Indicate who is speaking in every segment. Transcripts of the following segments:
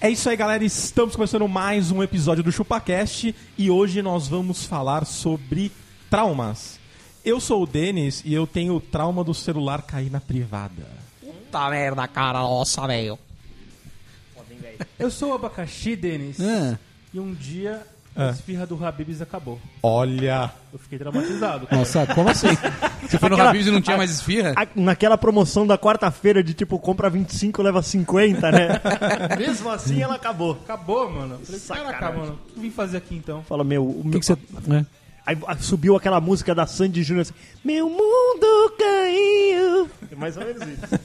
Speaker 1: É isso aí, galera. Estamos começando mais um episódio do ChupaCast e hoje nós vamos falar sobre traumas. Eu sou o Denis e eu tenho o trauma do celular cair na privada.
Speaker 2: Puta merda, cara, nossa, velho.
Speaker 3: Eu sou o abacaxi, Denis.
Speaker 4: Ah,
Speaker 3: E um dia
Speaker 1: Ah.
Speaker 3: a esfirra do Habibs acabou.
Speaker 1: Olha!
Speaker 3: Eu fiquei traumatizado.
Speaker 5: É.
Speaker 3: cara.
Speaker 4: nossa, como assim?
Speaker 6: Você foi no
Speaker 5: Aquela-
Speaker 6: Habib's e não tinha mais esfirra?
Speaker 5: A- naquela promoção da quarta-feira de tipo compra 25 leva 50, né? Mesmo assim ela acabou.
Speaker 3: Acabou, mano. Eu Falei,
Speaker 5: Sacanagem.
Speaker 3: caraca, mano, o que eu vim fazer aqui então?
Speaker 5: Fala, meu, o
Speaker 4: O que,
Speaker 5: meu...
Speaker 4: que você. né?
Speaker 5: Aí a- subiu aquela música da Sandy Júnior assim, Meu mundo caiu. É mais ou menos isso.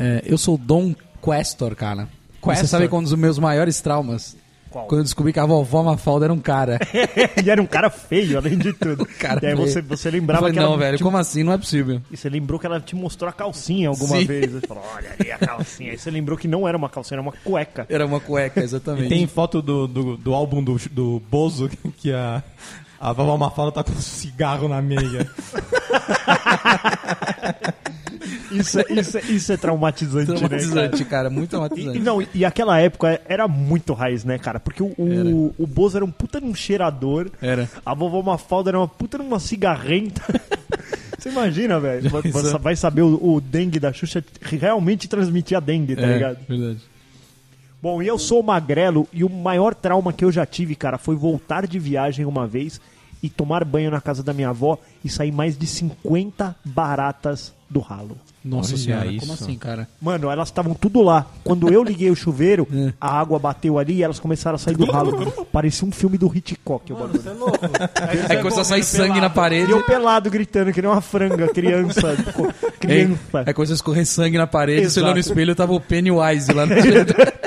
Speaker 4: É, eu sou Dom Questor, cara. Você sabe qual é um dos meus maiores traumas? Quando eu descobri que a vovó Mafalda era um cara. Um
Speaker 5: Ele era um cara feio, além de tudo.
Speaker 4: cara
Speaker 5: e aí você,
Speaker 4: feio.
Speaker 5: você
Speaker 4: Eu
Speaker 5: lembrava
Speaker 4: falei,
Speaker 5: que ela
Speaker 4: não, velho,
Speaker 5: te-
Speaker 4: como assim? Não é possível.
Speaker 5: E você lembrou que ela te mostrou a calcinha alguma
Speaker 4: Sim.
Speaker 5: vez. Você falou, olha ali a calcinha. Aí você lembrou que não era uma calcinha, era uma cueca.
Speaker 4: Era uma cueca,
Speaker 1: E
Speaker 4: exatamente.
Speaker 1: tem foto do, do, do álbum do, do Bozo que a, a Vavá Mafalda tá com um cigarro na meia.
Speaker 5: Isso, é- isso, é- isso é traumatizante, né? cara?
Speaker 4: Traumatizante, cara, muito
Speaker 5: E,
Speaker 4: traumatizante.
Speaker 5: não, e aquela época era muito raiz, né, cara? Porque o, o, o Bozo era É. um puta num cheirador.
Speaker 4: Era.
Speaker 5: A vovó Mafalda era uma puta numa cigarrenta. Você imagina, velho? Va-
Speaker 4: pensou?
Speaker 5: va- Vai saber o, o dengue da Xuxa realmente transmitia dengue, tá
Speaker 4: É,
Speaker 5: ligado?
Speaker 4: verdade.
Speaker 5: Bom, e eu sou o magrelo e o maior trauma que eu já tive, cara, foi voltar de viagem uma vez e tomar banho na casa da minha avó e sair mais de 50 baratas do ralo.
Speaker 4: Nossa
Speaker 1: Olha
Speaker 4: senhora,
Speaker 1: isso.
Speaker 4: como assim, cara?
Speaker 5: Mano, elas estavam tudo lá. Quando eu liguei o chuveiro, a água bateu ali e elas começaram a sair do ralo. Parecia um filme do Hitchcock, o bagulho.
Speaker 3: Você é louco.
Speaker 4: Aí começou a sair sangue na
Speaker 5: E
Speaker 4: parede.
Speaker 5: eu pelado gritando, que nem uma franga, criança. co- criança.
Speaker 4: Aí começou a escorrer sangue na parede. Você olhou no
Speaker 5: Exato.
Speaker 4: espelho, tava o Pennywise lá no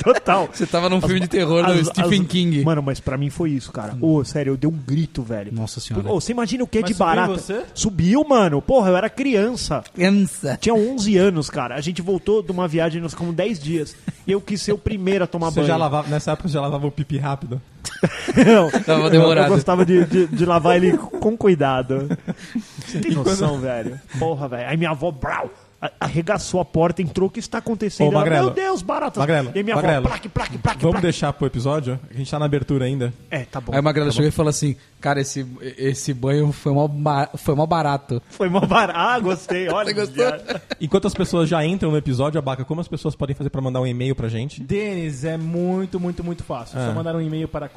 Speaker 5: Total.
Speaker 4: Você tava num filme de terror do
Speaker 5: As-
Speaker 4: é Stephen
Speaker 5: as-
Speaker 4: King.
Speaker 5: Mano, mas pra mim foi isso, cara. Ô, sério, eu dei um grito, velho.
Speaker 4: Nossa senhora.
Speaker 5: Ô, você imagina o que é
Speaker 3: Mas
Speaker 5: de
Speaker 3: subiu
Speaker 5: barata?
Speaker 3: você?
Speaker 5: Subiu, mano. Porra, eu era criança.
Speaker 4: Criança.
Speaker 5: Tinha 11 anos, cara. A gente voltou de uma viagem, nós ficamos 10 dias. E eu quis ser o primeiro a tomar
Speaker 1: Você
Speaker 5: banho.
Speaker 1: já lavava, nessa época você já lavava o pipi rápido?
Speaker 5: Não,
Speaker 4: Tava
Speaker 5: eu-
Speaker 4: demorado.
Speaker 5: Eu gostava de, de, de lavar ele com cuidado. Você tem noção, velho? Brau, Porra, velho. Aí minha avó, brau, a- arregaçou a porta, entrou, o que está acontecendo?
Speaker 1: Ô, Magrelo.
Speaker 5: Meu Deus, barata.
Speaker 1: Magrelo,
Speaker 5: E aí minha
Speaker 1: Magrelo.
Speaker 5: avó, plaque, plaque, plaque,
Speaker 1: Vamos
Speaker 5: plaque.
Speaker 1: deixar pro episódio? A gente tá na abertura ainda.
Speaker 5: É, tá bom.
Speaker 4: Aí o Magrela chegou e falou assim: Cara, esse, esse banho foi mó, ba- foi mó barato.
Speaker 5: Foi mó barato. Ah, gostei. Olha,
Speaker 4: Você gostou?
Speaker 5: já-
Speaker 1: Enquanto as pessoas já entram no episódio, Abaca, como as pessoas podem fazer pra mandar um e-mail pra gente?
Speaker 3: Denis, é muito, muito, muito fácil.
Speaker 1: É.
Speaker 3: Só mandar um e-mail para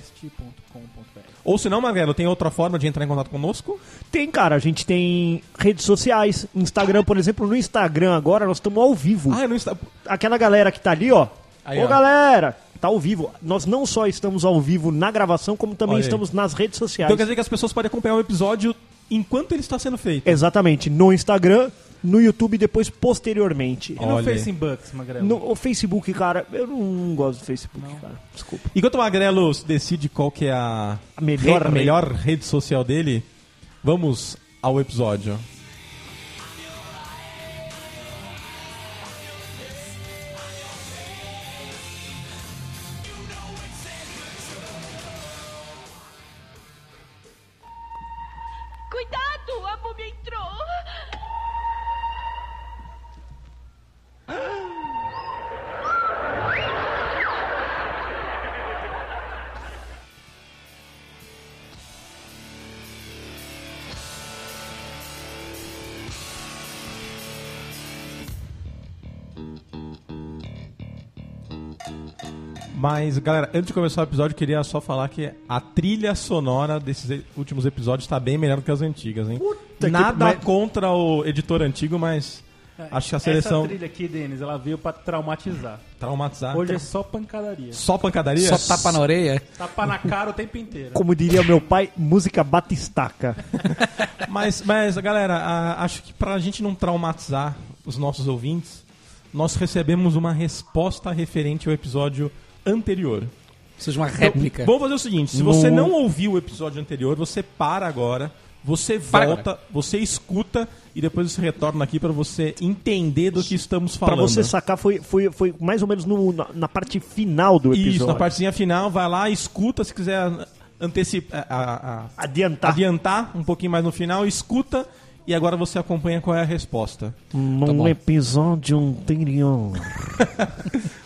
Speaker 3: contato.chupacast.com.br.
Speaker 1: Ou se não, Magrelo, tem outra forma de entrar em contato conosco?
Speaker 5: Tem, cara. A gente tem redes sociais. Instagram, por exemplo. No Instagram agora nós estamos ao vivo.
Speaker 1: Ah, eu não está.
Speaker 5: aquela galera que tá ali, ó.
Speaker 1: Aí,
Speaker 5: Ô,
Speaker 1: ó.
Speaker 5: galera, tá ao vivo. Nós não só estamos ao vivo na gravação, como também
Speaker 1: Olha aí.
Speaker 5: estamos nas redes sociais.
Speaker 1: Então quer dizer que as pessoas podem acompanhar o episódio enquanto ele está sendo feito.
Speaker 5: Exatamente, no Instagram, no YouTube e depois posteriormente.
Speaker 3: E no
Speaker 1: Olha.
Speaker 3: Facebooks, Magrelo?
Speaker 5: No, o Facebook, cara, eu não gosto do Facebook, cara. Desculpa.
Speaker 1: Enquanto o Magrelo decide qual que é a,
Speaker 5: A melhor
Speaker 1: a melhor rede social dele, vamos ao episódio.
Speaker 7: Cuidado, a múmia entrou!
Speaker 1: Mas, galera, antes de começar o episódio, eu queria só falar que a trilha sonora desses e- últimos episódios tá bem melhor do que as antigas, hein?
Speaker 5: que-
Speaker 1: Nada
Speaker 5: mas-
Speaker 1: contra o editor antigo, mas Acho que a seleção
Speaker 3: É, Essa trilha aqui, Denis, ela veio pra traumatizar.
Speaker 1: traumatizar.
Speaker 3: Hoje é só pancadaria.
Speaker 1: Só pancadaria?
Speaker 4: Só tapa na orelha.
Speaker 3: Tapa na cara o tempo inteiro.
Speaker 5: Como diria meu pai, música batistaca.
Speaker 1: Mas, mas galera, a- acho que pra gente não traumatizar os nossos ouvintes, nós recebemos uma resposta referente ao episódio anterior.
Speaker 4: Precisa de uma réplica.
Speaker 1: Vamos fazer o seguinte: se você não ouviu o episódio anterior, você para agora, você
Speaker 4: Para
Speaker 1: volta, você escuta e depois você retorna aqui pra você entender do que estamos
Speaker 5: Pra
Speaker 1: falando. né?
Speaker 5: você sacar, foi, foi, foi mais ou menos no- na, na parte final do episódio.
Speaker 1: Isso, na partezinha final, vai lá, escuta se quiser antecipar. a- a-
Speaker 5: Adiantar.
Speaker 1: adiantar um pouquinho mais no final, escuta e agora você acompanha qual é a resposta.
Speaker 5: Hum,
Speaker 1: Tá
Speaker 5: Num
Speaker 4: bom.
Speaker 5: episódio um anterior.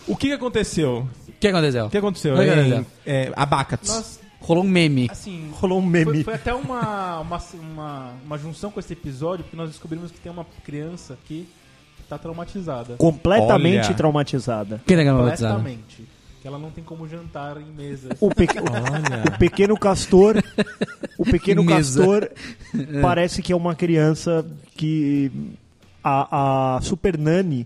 Speaker 1: O que que aconteceu?
Speaker 4: O que aconteceu?
Speaker 1: O que aconteceu?
Speaker 4: O que
Speaker 1: hein?
Speaker 4: aconteceu?
Speaker 1: É, abacats.
Speaker 3: Nós,
Speaker 4: Rolou um meme.
Speaker 3: assim,
Speaker 5: Rolou um meme.
Speaker 3: Foi, foi até uma, uma, uma, uma junção com esse episódio, porque nós descobrimos que tem uma criança aqui que tá traumatizada.
Speaker 5: Completamente
Speaker 1: Olha.
Speaker 5: traumatizada.
Speaker 4: Quem é que batizado?
Speaker 3: Completamente. Que ela não tem como jantar em mesa.
Speaker 5: O, peque- o pequeno castor. O pequeno
Speaker 4: Mesa.
Speaker 5: castor parece que é uma criança que a, a Super Nani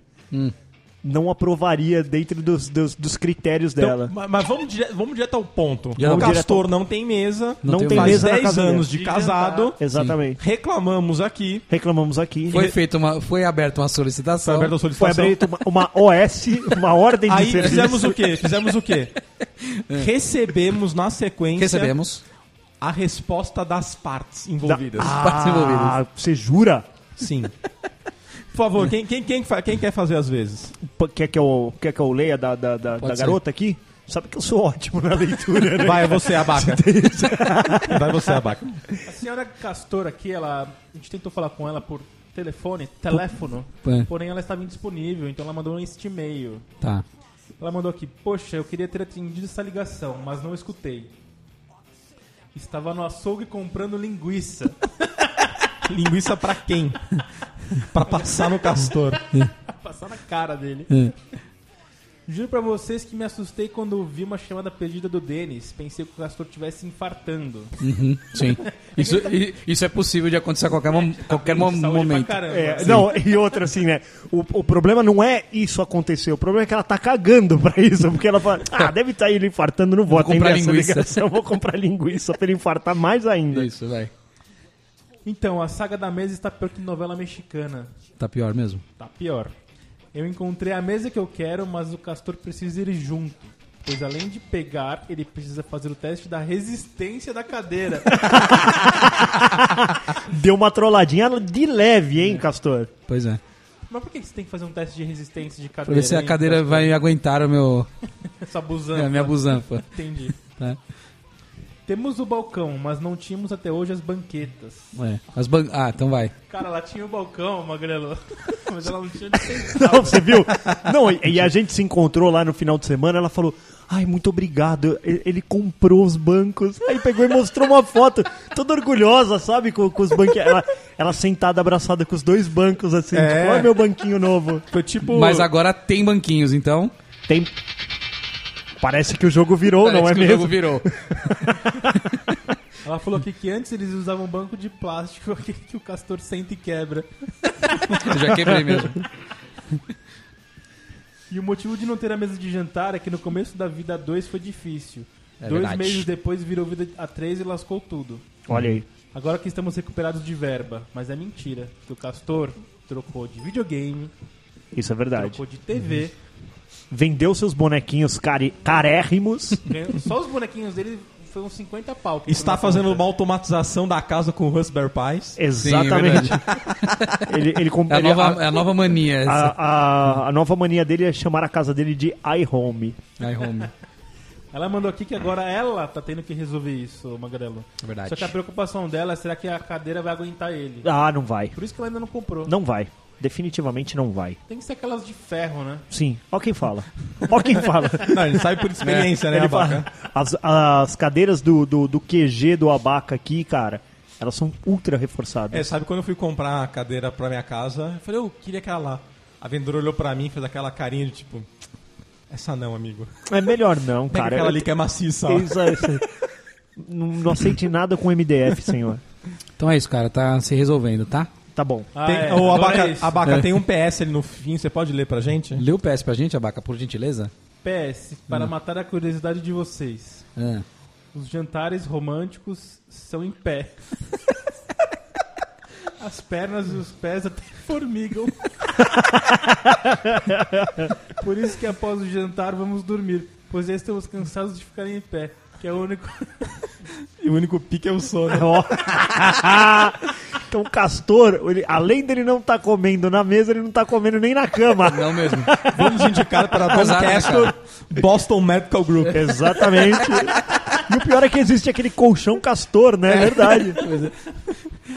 Speaker 5: não aprovaria dentro dos, dos, dos critérios
Speaker 1: Então,
Speaker 5: dela.
Speaker 1: ma- mas vamos, dire- vamos direto ao ponto.
Speaker 4: Já
Speaker 1: o
Speaker 4: tá.
Speaker 1: Castor não tem mesa,
Speaker 4: Não
Speaker 5: Não
Speaker 4: tem
Speaker 5: tem
Speaker 4: mais.
Speaker 1: faz
Speaker 5: mesa na
Speaker 1: 10
Speaker 5: casa
Speaker 1: anos
Speaker 5: anos.
Speaker 1: de
Speaker 3: De
Speaker 1: casado,
Speaker 3: jantar.
Speaker 5: Exatamente.
Speaker 1: reclamamos aqui.
Speaker 5: Reclamamos aqui.
Speaker 4: Foi feita uma, foi aberta uma solicitação.
Speaker 1: Foi aberta a
Speaker 5: Foi
Speaker 1: solicitação.
Speaker 5: aberto uma, uma OS, uma ordem de
Speaker 1: Aí
Speaker 5: serviço. É.
Speaker 1: fizemos o quê? Fizemos o quê? Recebemos na sequência
Speaker 4: Recebemos.
Speaker 1: a resposta das partes envolvidas.
Speaker 4: Partes envolvidas.
Speaker 5: Ah, você jura?
Speaker 1: Sim. Por favor, quem, quem, quem, fa- quem quer fazer às vezes?
Speaker 5: P- Quer que eu, quer que eu leia da, da, da-
Speaker 4: Pode
Speaker 5: da
Speaker 4: ser.
Speaker 5: garota aqui? Sabe que eu sou ótimo na leitura, né?
Speaker 1: Vai você, abaca. Vai você, abaca.
Speaker 3: A senhora Castor aqui, ela, a gente tentou falar com ela por telefone, teléfono,
Speaker 4: É.
Speaker 3: porém ela estava indisponível, então ela mandou este e-mail.
Speaker 4: Tá.
Speaker 3: Ela mandou aqui: Poxa, eu queria ter atendido essa ligação, mas não escutei. Estava no açougue comprando linguiça.
Speaker 1: Linguiça pra quem? pra passar no castor.
Speaker 3: Passar na cara dele.
Speaker 4: É.
Speaker 3: Juro pra vocês que me assustei quando vi uma chamada perdida do Denis. Pensei que o Castor estivesse infartando.
Speaker 4: Uhum, sim. Isso, i- isso é possível de acontecer a qualquer, mom- qualquer mo-
Speaker 3: Saúde pra
Speaker 4: um momento.
Speaker 3: caramba.
Speaker 5: É, não, e outra assim, né? O, o problema não é isso acontecer, o problema é que ela tá cagando pra isso, porque ela fala, ah, deve estar tá ele infartando, não vou,
Speaker 4: Vou comprar
Speaker 5: atender essa
Speaker 4: linguiça."
Speaker 5: ligação, vou comprar linguiça pra ele infartar mais ainda.
Speaker 4: Isso, vai.
Speaker 3: Então, a saga da mesa está pior que novela mexicana.
Speaker 4: Tá pior mesmo.
Speaker 3: Tá pior. Eu encontrei a mesa que eu quero, mas o castor precisa ir junto. Pois além de pegar, ele precisa fazer o teste da resistência da cadeira.
Speaker 5: Deu uma trolladinha de leve, hein, Castor?
Speaker 4: Pois é.
Speaker 3: mas por que você tem que fazer um teste de resistência de cadeira?
Speaker 4: Pra ver se a
Speaker 3: hein,
Speaker 4: cadeira
Speaker 3: Castor?
Speaker 4: vai aguentar o meu,
Speaker 3: Essa busanfa.
Speaker 4: a minha busanfa.
Speaker 3: Entendi.
Speaker 4: Tá?
Speaker 3: Temos o balcão, mas não tínhamos até hoje as banquetas.
Speaker 4: É. As ban- Ah, então vai.
Speaker 3: Cara, ela tinha o balcão, Magrelo. mas ela não tinha de sentar.
Speaker 5: Não, você viu? Não, e, e a gente se encontrou lá no final de semana, ela falou. Ai, muito obrigado. E- Ele comprou os bancos. Aí pegou e mostrou uma foto, toda orgulhosa, sabe? Com, com os banquinhos. Ela, ela sentada, abraçada com os dois bancos, assim.
Speaker 1: É.
Speaker 5: Tipo, ai, meu banquinho novo.
Speaker 1: Foi tipo.
Speaker 4: Mas agora tem banquinhos, então.
Speaker 5: Tem. Parece que o jogo virou, não é
Speaker 4: Parece que
Speaker 5: mesmo?
Speaker 4: o jogo virou.
Speaker 3: Ela falou aqui que antes eles usavam banco de plástico, aquele que o castor senta e quebra.
Speaker 4: Eu já quebrei mesmo.
Speaker 3: E o motivo de não ter a mesa de jantar é que no começo da vida a dois foi difícil.
Speaker 4: É
Speaker 3: dois
Speaker 4: verdade.
Speaker 3: meses depois virou vida a três e lascou tudo.
Speaker 5: Olha aí.
Speaker 3: Agora que estamos recuperados de verba, mas é mentira, que o Castor trocou de videogame,
Speaker 5: Isso é verdade.
Speaker 3: trocou de TV,
Speaker 5: Vendeu seus bonequinhos cari- carérrimos.
Speaker 3: ganhou- só os bonequinhos dele foi uns 50 pau.
Speaker 5: Tá
Speaker 3: que
Speaker 1: Está
Speaker 3: foi na
Speaker 1: fazendo
Speaker 3: conta.
Speaker 1: uma automatização da casa com o Raspberry Pis.
Speaker 5: Exatamente. ele, ele comp-
Speaker 4: É a
Speaker 5: ele- Ah.
Speaker 4: nova, é a nova mania
Speaker 5: a,
Speaker 4: essa.
Speaker 5: a- a- a nova mania dele é chamar a casa dele de iHome.
Speaker 4: iHome.
Speaker 3: Ela mandou aqui que agora ela tá tendo que resolver isso, Magrelo.
Speaker 4: É verdade.
Speaker 3: Só que a preocupação dela é será que a cadeira vai aguentar ele.
Speaker 5: Ah, não vai.
Speaker 3: Por isso que ela ainda não comprou.
Speaker 5: Não vai. Definitivamente não vai.
Speaker 3: Tem que ser aquelas de ferro, né?
Speaker 5: Sim. Ó quem fala. Ó quem fala.
Speaker 1: Não, ele sabe por experiência, né,
Speaker 5: É, Ele
Speaker 1: abaca?
Speaker 5: fala. As, as cadeiras do, do, do QG do Abaca aqui, cara, elas são ultra reforçadas.
Speaker 1: É, sabe quando eu fui comprar a cadeira pra minha casa, eu falei, eu queria aquela lá. A vendedora olhou pra mim, fez aquela carinha de tipo, essa não, amigo.
Speaker 5: É, melhor não,
Speaker 1: Pega
Speaker 5: cara.
Speaker 1: aquela
Speaker 5: Eu-
Speaker 1: ali que é maciça. ó.
Speaker 5: Isso, isso. Não, não aceite nada com MDF, senhor.
Speaker 4: Então é isso, cara. Tá se resolvendo, tá?
Speaker 5: Tá bom.
Speaker 3: Ah,
Speaker 1: Tem-
Speaker 3: é.
Speaker 1: o
Speaker 3: Agora
Speaker 1: Abaca,
Speaker 3: é isso.
Speaker 1: Abaca, tem um PS ali no fim, você pode ler pra gente? Hum.
Speaker 4: Lê o PS pra gente, Abaca, por gentileza.
Speaker 3: PS, para matar a curiosidade de vocês.
Speaker 4: É.
Speaker 3: Os jantares românticos são em pé. As pernas e os pés até formigam. Por isso que após o jantar vamos dormir, pois já estamos cansados de ficar em pé, que é o único
Speaker 1: E o único pique é o sono.
Speaker 5: Ó. então o Castor, ele- além dele não estar comendo na mesa, ele não tá comendo nem na cama.
Speaker 4: Não mesmo.
Speaker 1: Vamos indicar para
Speaker 4: Azar, né,
Speaker 1: Doncaster Boston Medical Group.
Speaker 5: Exatamente. E o pior é que existe aquele colchão Castor, né? É verdade.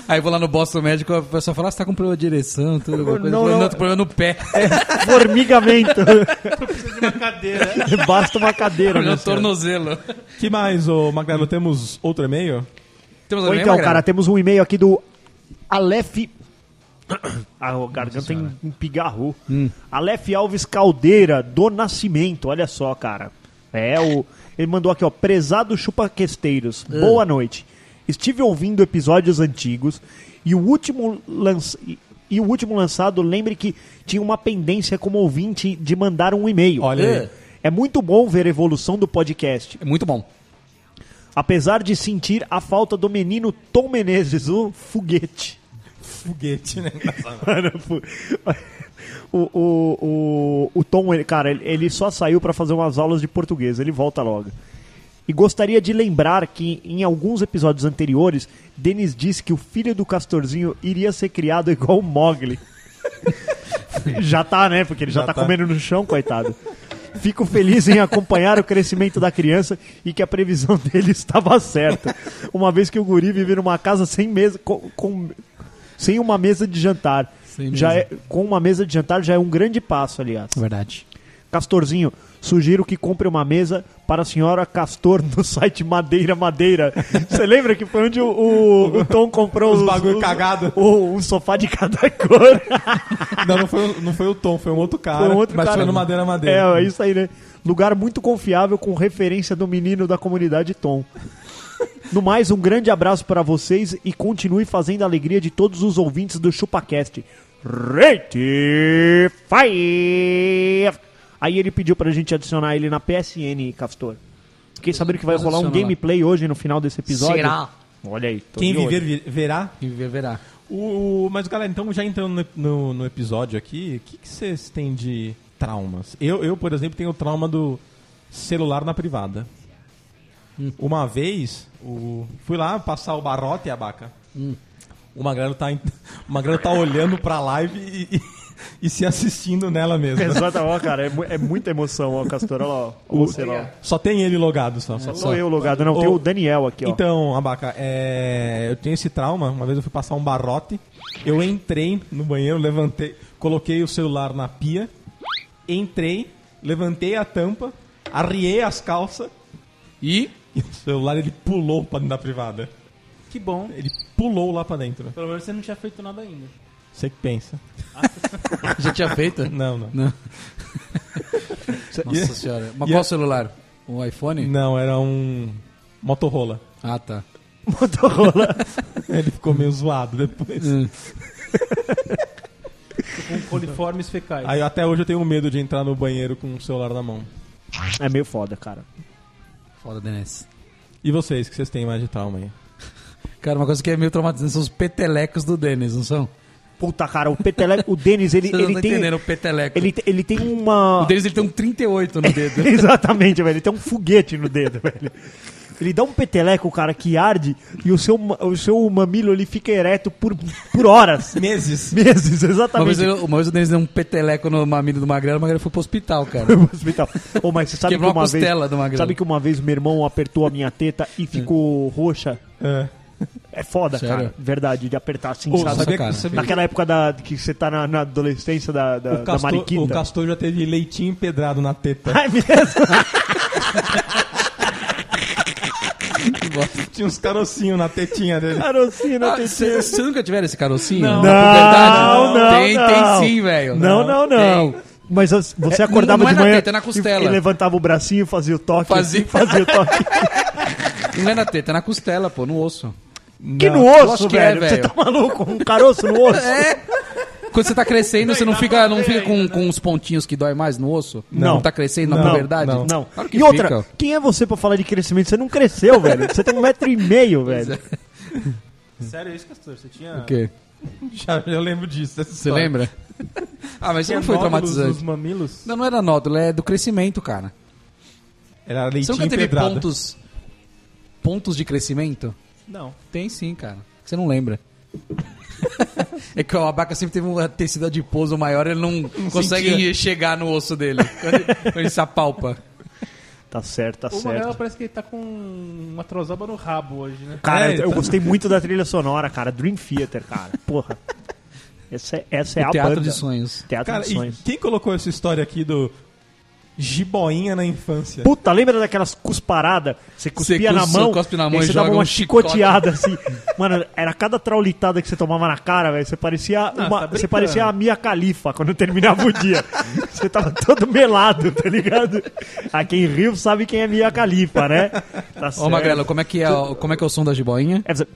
Speaker 4: Aí eu vou lá no Boston Médico, a pessoa fala, ah, você tá com problema de direção, tudo, alguma coisa.
Speaker 5: Não,
Speaker 4: Eu falo,
Speaker 5: não.
Speaker 4: tô com problema no pé.
Speaker 5: Formigamento.
Speaker 3: de uma cadeira.
Speaker 5: Basta uma cadeira. né,
Speaker 4: Problema no
Speaker 5: senhor?
Speaker 4: tornozelo.
Speaker 1: que mais, ô Magrelo? Temos outro e-mail?
Speaker 4: Temos
Speaker 5: Ou
Speaker 4: alguém,
Speaker 5: então,
Speaker 4: Magrelo?
Speaker 5: cara, temos um e-mail aqui do Aleph. A garganta em em pigarro.
Speaker 4: Hum.
Speaker 5: Aleph Alves Caldeira, do Nascimento. Olha só, cara. É o. Ele mandou aqui, ó. Prezado Chupaquesteiros,
Speaker 4: Ah.
Speaker 5: boa noite. Estive ouvindo episódios antigos e o último lança- e- E o último lançado, lembre que tinha uma pendência como ouvinte de mandar um e-mail.
Speaker 4: Olha aí.
Speaker 5: É muito bom ver a evolução do podcast.
Speaker 4: É Muito bom.
Speaker 5: Apesar de sentir a falta do menino Tom Menezes, o foguete.
Speaker 1: Foguete, né?
Speaker 5: Mano, fu- o, o, o, o Tom, ele- cara, ele- ele só saiu pra fazer umas aulas de português, ele volta logo. E gostaria de lembrar que em alguns episódios anteriores, Denis disse que o filho do Castorzinho iria ser criado igual o Mogli. já tá, né? Porque ele já,
Speaker 1: Já
Speaker 5: tá,
Speaker 1: tá.
Speaker 5: comendo no chão, coitado. Fico feliz em acompanhar o crescimento da criança e que a previsão dele estava certa. Uma vez que o guri vive numa casa sem mesa, com, com- sem uma mesa de jantar.
Speaker 4: Sem
Speaker 5: já
Speaker 4: mesa.
Speaker 5: é- com uma mesa de jantar já é um grande passo, aliás.
Speaker 4: Verdade.
Speaker 5: Castorzinho, sugiro que compre uma mesa para a senhora Castor no site Madeira Madeira. Você lembra que foi onde o, o- o Tom comprou
Speaker 1: Os bagulho cagado.
Speaker 5: o- um sofá de cada cor.
Speaker 1: Não, não foi, o- não foi o Tom, foi um outro cara.
Speaker 5: Foi um outro
Speaker 1: mas
Speaker 5: cara.
Speaker 1: foi no Madeira Madeira.
Speaker 5: É, é isso aí, né? Lugar muito confiável com referência do menino da comunidade Tom. No mais, um grande abraço para vocês e continue fazendo a alegria de todos os ouvintes do ChupaCast. Rate Fire! Aí ele pediu pra gente adicionar ele na PSN, Castor. Fiquei sabendo que vai
Speaker 4: Vamos
Speaker 5: rolar um
Speaker 4: adicionar lá.
Speaker 5: gameplay hoje no final desse episódio.
Speaker 2: Será?
Speaker 5: Olha aí. tô
Speaker 1: Quem
Speaker 5: de olho.
Speaker 1: viver, vi- verá.
Speaker 4: E viverá.
Speaker 1: O, o- mas, galera, então já entrando no, no- no episódio aqui, o que que vocês têm de traumas? Eu, eu, por exemplo, tenho o trauma do celular na privada. Uma vez, o- fui lá passar o barrote e a baca. O Magrano tá, em- o Magrano tá olhando pra live e, e- e se assistindo nela mesmo.
Speaker 5: Exato, ó, cara, é, mu- é muita emoção, ó, Castor, olha lá, ó. Ou sei lá.
Speaker 1: Só tem ele logado só. só-
Speaker 5: Sou eu logado, não, tem
Speaker 1: Ô,
Speaker 5: o Daniel aqui, ó.
Speaker 1: Então, Abaca, é, eu tenho esse trauma. Uma vez eu fui passar um barrote, eu entrei no banheiro, levantei, coloquei o celular na pia, entrei, levantei a tampa, arriei as calças
Speaker 4: E
Speaker 1: e o celular ele pulou pra dentro da privada.
Speaker 3: Que bom.
Speaker 1: Ele pulou lá pra dentro.
Speaker 3: Pelo menos você não tinha feito nada ainda.
Speaker 1: Você que pensa.
Speaker 4: já tinha feito?
Speaker 1: Não, não.
Speaker 4: Não. Nossa senhora. é- Mas
Speaker 1: e-
Speaker 4: qual celular? Um iPhone?
Speaker 1: Não, era um Motorola.
Speaker 4: Ah, tá.
Speaker 5: Motorola.
Speaker 1: Ele ficou meio zoado depois.
Speaker 3: Com coliformes fecais.
Speaker 1: Aí até hoje eu tenho medo de entrar no banheiro com o celular na mão.
Speaker 5: É meio foda, cara.
Speaker 4: Foda, DNS.
Speaker 1: E vocês, o que vocês têm mais de trauma aí?
Speaker 4: Cara, uma coisa que é meio traumatizante são os petelecos do Denis, não são?
Speaker 5: Puta, cara, o Peteleco, o Denis, ele,
Speaker 4: Vocês não
Speaker 5: ele
Speaker 4: estão
Speaker 5: tem. um,
Speaker 4: entendendo o peteleco.
Speaker 5: Ele, te- ele tem uma.
Speaker 4: O Denis ele tem um 38 no dedo.
Speaker 5: Exatamente, velho. Ele tem um foguete no dedo, velho. Ele dá um peteleco, cara, que arde e o seu, ma- o seu mamilo ele fica ereto por, por horas,
Speaker 1: Meses.
Speaker 5: meses,
Speaker 4: Uma
Speaker 5: exatamente.
Speaker 4: vez, eu- uma vez o Denis deu um peteleco no mamilo do Magrelo, o Magrelo foi pro hospital, cara.
Speaker 5: pro hospital. Ô, mas você sabe
Speaker 4: Quebrou
Speaker 5: que uma
Speaker 4: a costela
Speaker 5: vez,
Speaker 4: do Magrelo.
Speaker 5: Sabe que uma vez meu irmão apertou a minha teta
Speaker 4: É.
Speaker 5: e ficou roxa?
Speaker 1: É.
Speaker 5: É foda,
Speaker 4: Sério?
Speaker 5: cara. Verdade, de apertar assim,
Speaker 1: Ô,
Speaker 5: sabe?
Speaker 4: sabia-
Speaker 1: que-
Speaker 4: cara.
Speaker 5: Naquela época da, que você tá na, na adolescência da, da,
Speaker 1: O
Speaker 5: da
Speaker 1: Castor,
Speaker 5: mariquita.
Speaker 1: o Castor já teve leitinho empedrado na teta.
Speaker 5: Ah, é mesmo?
Speaker 1: Tinha uns carocinhos na tetinha dele.
Speaker 5: Carocinho
Speaker 4: Ah,
Speaker 5: na tetinha.
Speaker 4: Vocês nunca tiveram esse carocinho? Não,
Speaker 5: Não, não,
Speaker 4: Tem,
Speaker 5: não.
Speaker 4: tem sim, velho.
Speaker 5: Não, não, não.
Speaker 4: Tem.
Speaker 5: Mas as- você
Speaker 4: É,
Speaker 5: acordava
Speaker 4: não é
Speaker 5: de
Speaker 4: na
Speaker 5: manhã
Speaker 4: teta, é na costela.
Speaker 5: E, e levantava o bracinho, fazia o toque.
Speaker 4: Fazia.
Speaker 5: o toque.
Speaker 4: Não é na teta, é na costela, pô, no osso.
Speaker 5: Que no
Speaker 4: eu
Speaker 5: osso,
Speaker 4: acho que é,
Speaker 5: velho. Você
Speaker 4: velho. É,
Speaker 5: tá maluco? Um caroço no osso?
Speaker 4: Quando você tá crescendo, você não fica, não fica com, com os pontinhos que dói mais no osso?
Speaker 5: Não.
Speaker 4: Não tá crescendo na
Speaker 5: Não,
Speaker 4: verdade?
Speaker 1: não.
Speaker 5: Não.
Speaker 4: Claro que
Speaker 5: e outra,
Speaker 4: fica.
Speaker 5: quem é você pra falar de crescimento? Você não cresceu, velho. Você tem um metro e meio, velho.
Speaker 4: é.
Speaker 3: Sério isso, Castor? Você tinha.
Speaker 4: O quê?
Speaker 1: Já, eu lembro disso. é dessa
Speaker 4: Você
Speaker 1: história.
Speaker 4: lembra? ah, mas isso
Speaker 3: Tinha
Speaker 4: não foi
Speaker 3: nódulos nos
Speaker 4: traumatizante.
Speaker 3: mamilos?
Speaker 4: Não, não era nódula, é do crescimento, cara.
Speaker 1: Era
Speaker 4: Você
Speaker 1: leitinho
Speaker 4: nunca teve
Speaker 1: empedrado.
Speaker 4: pontos pontos de crescimento?
Speaker 3: Não.
Speaker 4: Tem sim, cara. Você não lembra. é que o abaca sempre teve um tecido adiposo maior, ele não, consegue chegar no osso dele. Quando ele, quando ele se apalpa.
Speaker 5: Tá certo, tá
Speaker 3: O Magrela
Speaker 5: certo.
Speaker 3: parece que ele tá com uma trozoba no rabo hoje, né?
Speaker 5: Cara,
Speaker 1: É,
Speaker 4: tá
Speaker 5: eu gostei muito da trilha sonora, cara. Dream Theater, cara. Porra. Essa é, essa é a
Speaker 4: Teatro
Speaker 5: banda.
Speaker 4: de sonhos.
Speaker 5: Teatro
Speaker 1: Cara,
Speaker 5: de
Speaker 1: e
Speaker 5: sonhos.
Speaker 1: quem colocou essa história aqui do jiboinha na infância?
Speaker 5: Puta, lembra daquelas cusparadas? Você cuspia
Speaker 4: Você
Speaker 5: na
Speaker 4: cus-
Speaker 5: mão,
Speaker 4: cospe na mão
Speaker 5: aí
Speaker 4: e
Speaker 5: você dava
Speaker 4: joga
Speaker 5: uma
Speaker 4: um
Speaker 5: chicoteada assim. Mano, era cada traulitada que você tomava na cara, velho. Você parecia
Speaker 3: Não,
Speaker 5: uma,
Speaker 3: tá
Speaker 5: você
Speaker 3: brincando.
Speaker 5: parecia a Mia Califa quando terminava o dia. você tava todo melado, tá ligado? A quem riu sabe quem é Mia Califa, né? Tá
Speaker 4: Ô,
Speaker 5: certo.
Speaker 4: Magrelo, como é, que é, o- como é que é o som da jiboinha?
Speaker 5: É, você-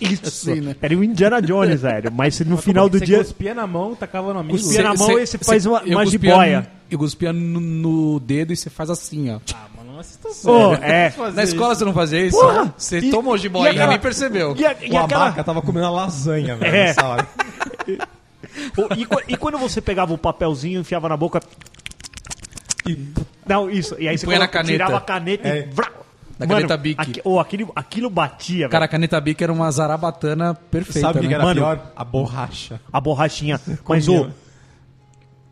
Speaker 5: Isso.
Speaker 4: Assim, né?
Speaker 5: Era o Indiana Jones, velho. Mas no final do
Speaker 3: é Você
Speaker 5: dia
Speaker 3: cuspia na mão, tacava no amigo.
Speaker 5: Cuspia- na mão e você faz uma-
Speaker 4: eu
Speaker 5: uma
Speaker 4: cuspia
Speaker 5: jiboia.
Speaker 4: no- Eu cuspia no, no dedo e você faz assim, ó.
Speaker 3: Ah, mano, não assista
Speaker 5: Ô, é.
Speaker 4: Na escola você não fazia isso?
Speaker 5: Porra!
Speaker 4: Você
Speaker 5: E-
Speaker 4: tomou jiboinha
Speaker 5: e
Speaker 4: e
Speaker 5: aquela-
Speaker 4: nem percebeu.
Speaker 5: E, a- e
Speaker 1: o
Speaker 5: aquela-
Speaker 1: abaca tava comendo a lasanha, velho,
Speaker 5: É.
Speaker 1: nessa hora.
Speaker 5: o- e qu- e quando você pegava o papelzinho, enfiava na boca.
Speaker 1: E-
Speaker 5: Não, isso. E aí você
Speaker 4: Põe na
Speaker 5: coloca-
Speaker 4: caneta.
Speaker 5: tirava a caneta e.
Speaker 1: É.
Speaker 5: Vrá!
Speaker 4: Na caneta Bic.
Speaker 5: aqui- ô, aquele, aquilo batia,
Speaker 4: Cara,
Speaker 5: velho.
Speaker 4: a caneta bica era uma zarabatana perfeita,
Speaker 1: Sabe o que
Speaker 4: né?
Speaker 1: que era
Speaker 5: Mano.
Speaker 1: pior? A borracha.
Speaker 5: A borrachinha. Mas, ô,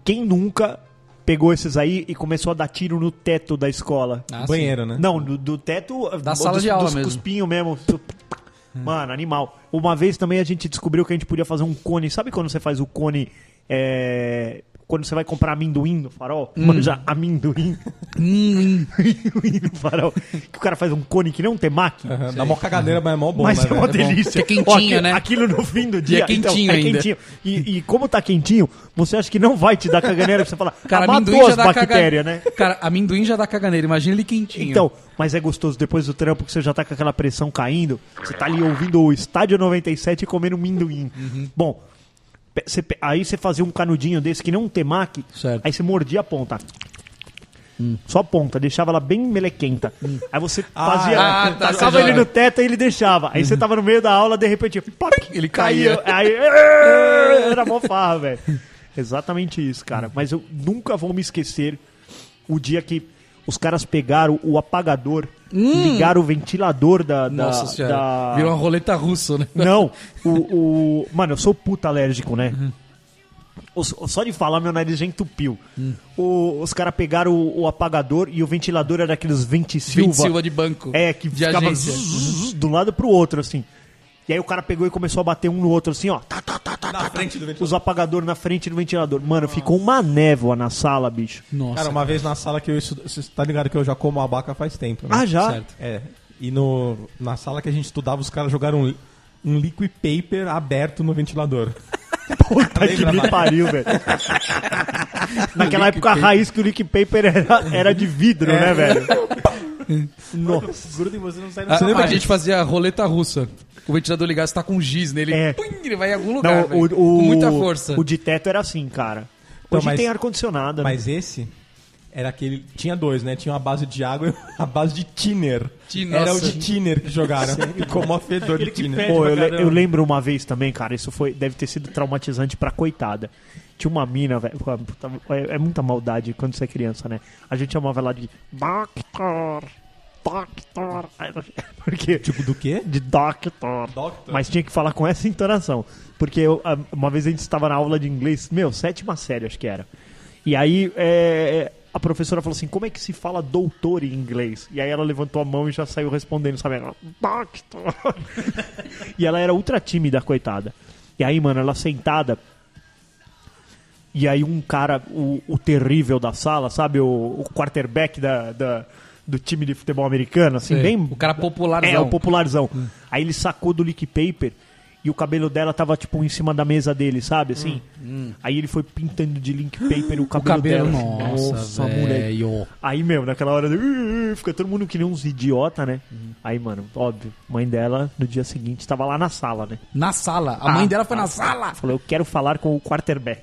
Speaker 5: quem nunca pegou esses aí e começou a dar tiro no teto da escola?
Speaker 4: Ah, sim.
Speaker 1: Banheiro, né?
Speaker 5: Não, do, do teto.
Speaker 4: Da
Speaker 5: dos-
Speaker 4: sala de aula
Speaker 5: dos
Speaker 4: mesmo.
Speaker 5: cuspinho mesmo. Mano, animal. Uma vez também a gente descobriu que a gente podia fazer um cone. Sabe quando você faz o cone. é, Quando você vai comprar amendoim no farol? Manja amendoim.
Speaker 4: Hum, hum.
Speaker 5: amendoim no farol. Que o cara faz um cone que nem um temaki.
Speaker 1: Aham, Dá uma cagadeira, mas é mó bom,
Speaker 5: Mas
Speaker 1: né,
Speaker 5: é uma
Speaker 1: velho? bom.
Speaker 5: delícia.
Speaker 4: Que é quentinho,
Speaker 5: Ó, aqui-
Speaker 4: né?
Speaker 5: Aquilo no fim do dia.
Speaker 4: quentinho
Speaker 5: é
Speaker 4: ainda.
Speaker 5: quentinho. E, e como tá quentinho, você acha que não vai te dar caganeira pra você falar,
Speaker 4: Cara,
Speaker 5: cara, matou
Speaker 4: amendoim já
Speaker 5: as
Speaker 4: dá
Speaker 5: bactérias,
Speaker 4: caganeira.
Speaker 5: né?
Speaker 4: Cara, amendoim já dá caganeira. Imagina ele quentinho.
Speaker 5: Então, mas é gostoso depois do trampo que você já tá com aquela pressão caindo, você tá ali ouvindo o Estádio 97 e comendo minduim.
Speaker 4: Uhum.
Speaker 5: Bom, pe- você pe- aí você fazia um canudinho desse que nem um temaki,
Speaker 4: Certo. Hum.
Speaker 5: aí você mordia a ponta. Só a ponta, deixava ela bem melequenta. Aí você fazia.
Speaker 4: ah, tá,
Speaker 5: tacava
Speaker 4: você já- Uhum.
Speaker 5: ele no teto e ele deixava. Aí você tava no meio da aula, de repente. pop,
Speaker 4: Ele caía.
Speaker 5: Aí. Era mó farra, velho. Exatamente isso, cara. Mas eu nunca vou me esquecer o dia que os caras pegaram o apagador, ligaram o ventilador da. da-
Speaker 4: Nossa senhora.
Speaker 5: da-
Speaker 4: Virou uma roleta russa, né?
Speaker 5: Não, o, o- Mano, eu sou puta alérgico, né? Os- Só de falar, meu nariz já entupiu. O- os caras pegaram o, o apagador e o ventilador era aqueles
Speaker 4: Vinte
Speaker 5: ventisilva.
Speaker 4: Silva de banco.
Speaker 5: É, que
Speaker 4: de
Speaker 5: ficava
Speaker 4: agência.
Speaker 5: zzz, de um lado pro outro, assim. E aí o cara pegou e começou a bater um no outro, assim, ó. Tá, tá, tá, tá, tá, tá.
Speaker 1: frente do ventilador.
Speaker 5: Os apagadores na frente do ventilador. Mano, ficou uma névoa na sala, bicho.
Speaker 4: Nossa.
Speaker 1: Cara, uma vez na sala que eu estudo... Você tá ligado que eu já como abaca faz tempo, né?
Speaker 5: Ah, já?
Speaker 4: Certo.
Speaker 1: É. E no, na sala que a gente estudava, os caras jogaram um, um liquid paper aberto no ventilador.
Speaker 5: Puta que
Speaker 1: Lembra,
Speaker 5: me
Speaker 1: Marcos?
Speaker 5: pariu, velho. Naquela época, a raiz que o leak paper era, era de vidro, né, velho? Nossa.
Speaker 3: Gruda em você não
Speaker 1: Ah,
Speaker 3: sai
Speaker 4: A,
Speaker 3: na
Speaker 4: a
Speaker 3: sala.
Speaker 4: gente fazia roleta russa. O ventilador ligado, você tá com giz nele.
Speaker 5: É.
Speaker 4: pum, ele vai em algum lugar,
Speaker 5: Não,
Speaker 4: velho.
Speaker 5: o, o-
Speaker 4: com muita força.
Speaker 5: O de teto era assim, cara.
Speaker 1: Então,
Speaker 5: Hoje
Speaker 1: mas-
Speaker 5: tem ar-condicionado. né?
Speaker 1: Mas esse era aquele. Tinha dois, né? Tinha uma base de água e a base de tiner.
Speaker 4: Ti-
Speaker 1: Era o
Speaker 4: nossa.
Speaker 1: de tiner que jogaram. Ficou mó fedor de
Speaker 3: Aquele que
Speaker 1: tiner.
Speaker 3: fede.
Speaker 5: Pô,
Speaker 3: pra
Speaker 5: eu, le-
Speaker 3: caramba.
Speaker 5: eu lembro uma vez também, cara, isso foi, deve ter sido traumatizante pra coitada. Tinha uma mina, velho. pô, puta, É, é muita maldade quando você é criança, né? A gente chamava ela de Doctor. Doctor. Aí, Por quê?
Speaker 1: Tipo do quê?
Speaker 5: De Doctor.
Speaker 1: Doctor.
Speaker 5: Mas tinha que falar com essa entonação. Porque eu, a- uma vez a gente estava na aula de inglês, meu, sétima série, acho que era. E aí é, a professora falou assim: como é que se fala doutor em inglês? E aí ela levantou a mão e já saiu respondendo, sabe? Ela, Doctor. e ela era ultra tímida, coitada. E aí, mano, ela sentada. E aí um cara, o, o terrível da sala, sabe? O, o quarterback da, da- do time de futebol americano, assim,
Speaker 4: Sei.
Speaker 5: bem
Speaker 4: O cara É. popularzão.
Speaker 5: é, o popularzão. Aí ele sacou do leak paper E o cabelo dela tava, tipo, em cima da mesa dele, sabe? Assim. Aí ele foi pintando de link paper o cabelo,
Speaker 4: O cabelo,
Speaker 5: dela.
Speaker 4: nossa, velho.
Speaker 5: Aí, meu, naquela hora, "Ih", fica todo mundo que nem uns idiota, né? Aí, mano, óbvio, mãe dela, no dia seguinte, tava lá na sala, né?
Speaker 4: Na sala. A mãe dela foi na sala.
Speaker 5: Falou, eu quero falar com o quarterback.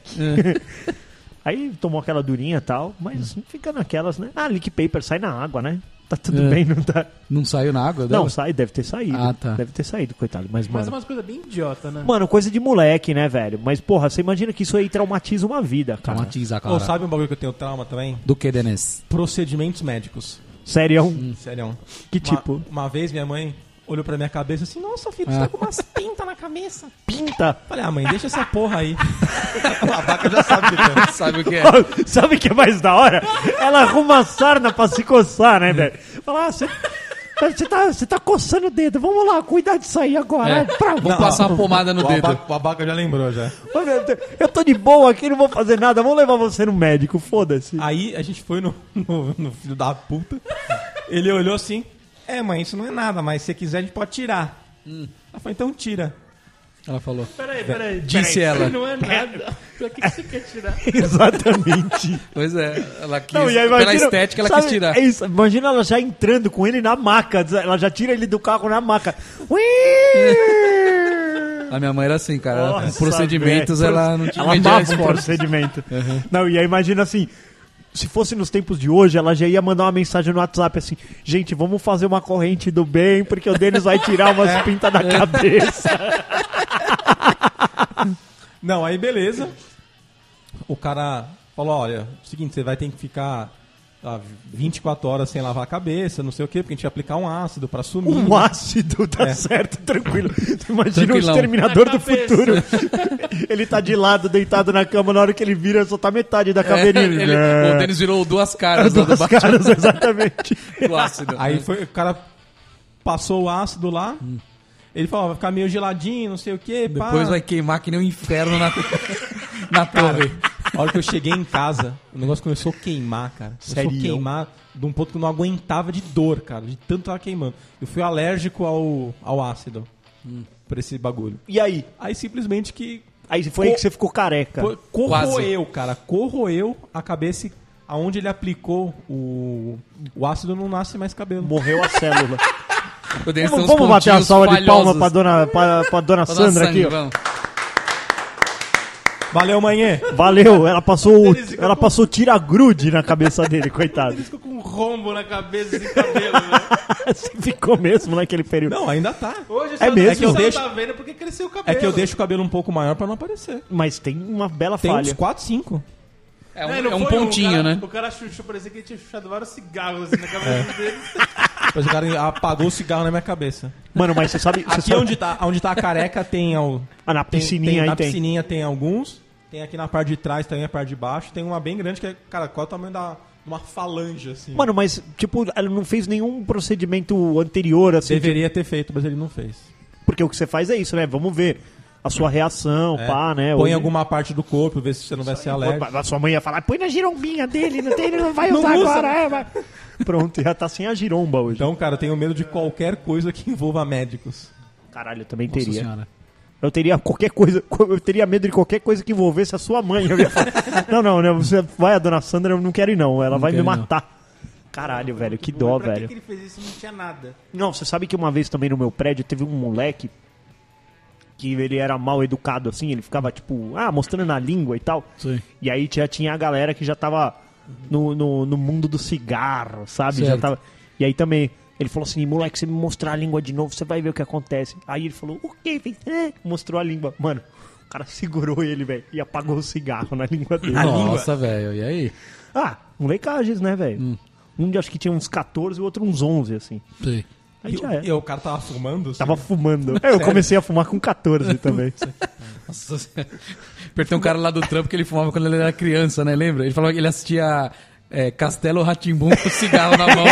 Speaker 5: Aí tomou aquela durinha e tal, mas fica naquelas, né? Ah, leak paper, sai na água, né? Tá tudo bem, não tá?
Speaker 4: Não saiu na água dela?
Speaker 5: Não, sai, deve ter saído.
Speaker 4: É. Ah, tá.
Speaker 5: Deve ter saído, coitado. Mas,
Speaker 3: Mas é
Speaker 5: mano...
Speaker 3: umas coisas bem idiota, né?
Speaker 5: Mano, coisa de moleque, né, velho? Mas, porra, você imagina que isso aí traumatiza uma vida, cara.
Speaker 4: Traumatiza, cara.
Speaker 1: Ou sabe um bagulho que eu tenho trauma também?
Speaker 4: Do que, Denis?
Speaker 1: Procedimentos médicos.
Speaker 5: Sério, é um
Speaker 1: Sério.
Speaker 5: Hum. que
Speaker 1: Uma-
Speaker 5: tipo,
Speaker 1: Uma, vez minha mãe olhou pra minha cabeça assim, nossa filho, você tá com umas pintas na cabeça.
Speaker 5: pinta.
Speaker 1: Falei, ah mãe, deixa essa porra aí. a vaca já sabe o que é.
Speaker 4: Sabe o que é?
Speaker 5: Sabe o que é mais da hora? Ela arruma a sarna pra se coçar, né, velho? Fala, ah, você... Você tá, você tá coçando o dedo, vamos lá, cuidar disso aí agora.
Speaker 4: É.
Speaker 5: É. Pra...
Speaker 4: Vou passar uma pomada no
Speaker 1: O
Speaker 4: dedo.
Speaker 1: abaca, o abaca já lembrou já.
Speaker 5: Ô, meu Deus, Eu tô de boa aqui, não vou fazer nada. Vamos levar você no médico, foda-se.
Speaker 1: Aí a gente foi no, no- no filho da puta. Ele olhou assim: É, mãe, isso não é nada, mas se você quiser a gente pode tirar. Ela falou: Então tira.
Speaker 4: Ela falou.
Speaker 3: Peraí, peraí.
Speaker 4: Disse ela.
Speaker 3: Não é nada. Pra que que você quer tirar?
Speaker 5: Exatamente.
Speaker 4: Pois é. Ela quis.
Speaker 5: Não, e aí
Speaker 4: pela
Speaker 5: imagina-
Speaker 4: estética, ela
Speaker 5: sabe,
Speaker 4: quis tirar.
Speaker 5: É isso, imagina ela já entrando com ele na maca. Ela já tira ele do carro na maca. Ui!
Speaker 4: A minha mãe era assim, cara.
Speaker 5: Nossa,
Speaker 4: procedimentos,
Speaker 5: velho.
Speaker 4: ela não tinha
Speaker 5: Ela
Speaker 4: mediar
Speaker 5: amava o
Speaker 4: esforço.
Speaker 5: procedimento. Não, e aí imagina assim. Se fosse nos tempos de hoje, ela já ia mandar uma mensagem no WhatsApp assim: gente, vamos fazer uma corrente do bem, porque o Denis vai tirar
Speaker 4: É.
Speaker 5: umas pintas da cabeça.
Speaker 1: Não, aí beleza. O cara falou: Olha, é seguinte, você vai ter que ficar ah, 24 horas sem lavar a cabeça, não sei o quê, porque a gente ia aplicar um ácido pra sumir.
Speaker 5: Um ácido, tá certo, tranquilo. Tu imagina o
Speaker 4: É. Tranquilão.
Speaker 5: exterminador
Speaker 3: Na
Speaker 5: do
Speaker 3: cabeça.
Speaker 5: futuro. ele tá de lado, deitado na cama, na hora que ele vira, só tá metade da
Speaker 4: É,
Speaker 5: cabeça.
Speaker 4: ele- o Denis tá virou duas caras lá do
Speaker 5: Duas
Speaker 4: ba-
Speaker 5: caras, exatamente.
Speaker 4: do ácido.
Speaker 5: né?
Speaker 1: Aí foi, o cara passou o ácido lá.
Speaker 5: Hum.
Speaker 1: Ele falou: "Ó, Vai ficar meio geladinho, não sei o quê. pá."
Speaker 4: Depois vai queimar que nem um inferno na, na torre.
Speaker 1: A hora que eu cheguei em casa, o negócio começou a queimar, cara. Começou
Speaker 5: Sério?
Speaker 1: a queimar de um ponto que eu não aguentava de dor, cara. De tanto tava queimando. Eu fui alérgico ao, ao ácido.
Speaker 5: Hum.
Speaker 1: Por esse bagulho.
Speaker 5: E aí?
Speaker 1: Aí simplesmente que.
Speaker 5: Aí foi aí que você ficou careca.
Speaker 1: co- Corroeu, cara. Corroeu a cabeça e aonde ele aplicou o, o ácido não nasce mais cabelo.
Speaker 5: Morreu a célula.
Speaker 4: O Denis tem
Speaker 5: Vamos,
Speaker 4: uns
Speaker 5: vamos bater a
Speaker 4: pontinhos
Speaker 5: salva de palma
Speaker 4: falhosos.
Speaker 5: pra dona, pra, pra dona
Speaker 4: Pra dona
Speaker 5: Sandra aqui. ó.
Speaker 4: vamos.
Speaker 1: Valeu, manhã!
Speaker 5: Valeu, ela passou,
Speaker 3: Eles ficam
Speaker 5: ela
Speaker 3: com-
Speaker 5: passou tira-grude na cabeça dele, coitado.
Speaker 3: Ele ficou com um rombo na cabeça e cabelo, né?
Speaker 5: Você ficou mesmo naquele período.
Speaker 1: Não, ainda tá.
Speaker 3: Hoje
Speaker 5: É mesmo?
Speaker 3: é
Speaker 5: É que eu
Speaker 1: deixo-
Speaker 3: tá vendo porque cresceu o
Speaker 1: É
Speaker 3: cabelo.
Speaker 1: que eu deixo o cabelo um pouco maior pra não aparecer.
Speaker 5: Mas tem uma bela
Speaker 1: Tem uns
Speaker 5: falha.
Speaker 1: 4, 5.
Speaker 4: É um,
Speaker 3: É, não
Speaker 4: é um
Speaker 3: foi
Speaker 4: pontinho,
Speaker 3: o cara,
Speaker 4: né?
Speaker 3: O cara chuchou, parecia que ele tinha chuchado vários cigarros assim
Speaker 1: É.
Speaker 3: na cabeça dele.
Speaker 1: Depois o cara apagou o cigarro na minha cabeça.
Speaker 5: Mano, mas você sabe. Você
Speaker 1: Aqui
Speaker 5: sabe...
Speaker 1: onde tá, onde tá a careca tem, ao,
Speaker 5: Ah, na
Speaker 1: tem,
Speaker 5: piscininha
Speaker 1: tem-
Speaker 5: aí
Speaker 1: na
Speaker 5: tem.
Speaker 1: piscininha tem alguns. Tem aqui na parte de trás também, a parte de baixo. Tem uma bem grande que é, cara, qual é o tamanho da uma falange assim?
Speaker 5: Mano, mas, tipo, ela não fez nenhum procedimento anterior, assim.
Speaker 1: deveria ter feito, mas ele não fez.
Speaker 5: tipo, porque o que você faz é isso, né? Vamos ver a sua reação, pá,
Speaker 1: É,
Speaker 5: né?
Speaker 1: Põe
Speaker 5: Hoje- é
Speaker 1: alguma parte do corpo, vê se você não vai ser alérgico.
Speaker 5: A sua mãe ia falar, põe na girombinha dele, não, tem, ele não vai usar agora. é, vai. Pronto, já tá sem a giromba hoje.
Speaker 1: Então, cara, eu tenho medo de qualquer coisa que envolva médicos.
Speaker 5: Caralho, eu também
Speaker 4: Nossa
Speaker 5: teria.
Speaker 4: senhora.
Speaker 5: Eu teria qualquer coisa, eu teria medo de qualquer coisa que envolvesse a sua mãe. Eu ia falar, não, não, não, você vai, a dona Sandra, eu não quero ir não, ela vai me
Speaker 4: quero ir, não.
Speaker 5: matar. Caralho, velho, que dó,
Speaker 3: pra que
Speaker 5: velho.
Speaker 3: que ele fez isso? Não tinha nada.
Speaker 5: Não, você sabe que uma vez também no meu prédio teve um moleque que ele era mal educado assim, ele ficava tipo, ah, mostrando na língua e tal.
Speaker 4: Sim.
Speaker 5: E aí já tinha a galera que já tava no, no, no mundo do cigarro, sabe? Já
Speaker 4: Certo.
Speaker 5: tava... E aí também ele falou assim: moleque, se me mostrar a língua de novo, você vai ver o que acontece. Aí ele falou: o que? Mostrou a língua. Mano, o cara segurou ele, velho, e apagou o cigarro na língua dele.
Speaker 4: Nossa, velho. E aí?
Speaker 5: Ah, molecagens, né, velho?
Speaker 4: Hum.
Speaker 5: Um acho que tinha uns 14 e o outro uns 11, assim.
Speaker 4: Sim.
Speaker 5: Aí
Speaker 1: E,
Speaker 5: já era.
Speaker 1: e o cara é. tava fumando? assim?
Speaker 5: Tava fumando. É, eu comecei a fumar com 14 também.
Speaker 4: Nossa senhora. Apertei um cara lá do trampo que ele fumava quando ele era criança, né? Lembra? Ele falava que ele assistia é, Castelo Ratimbum com cigarro na mão.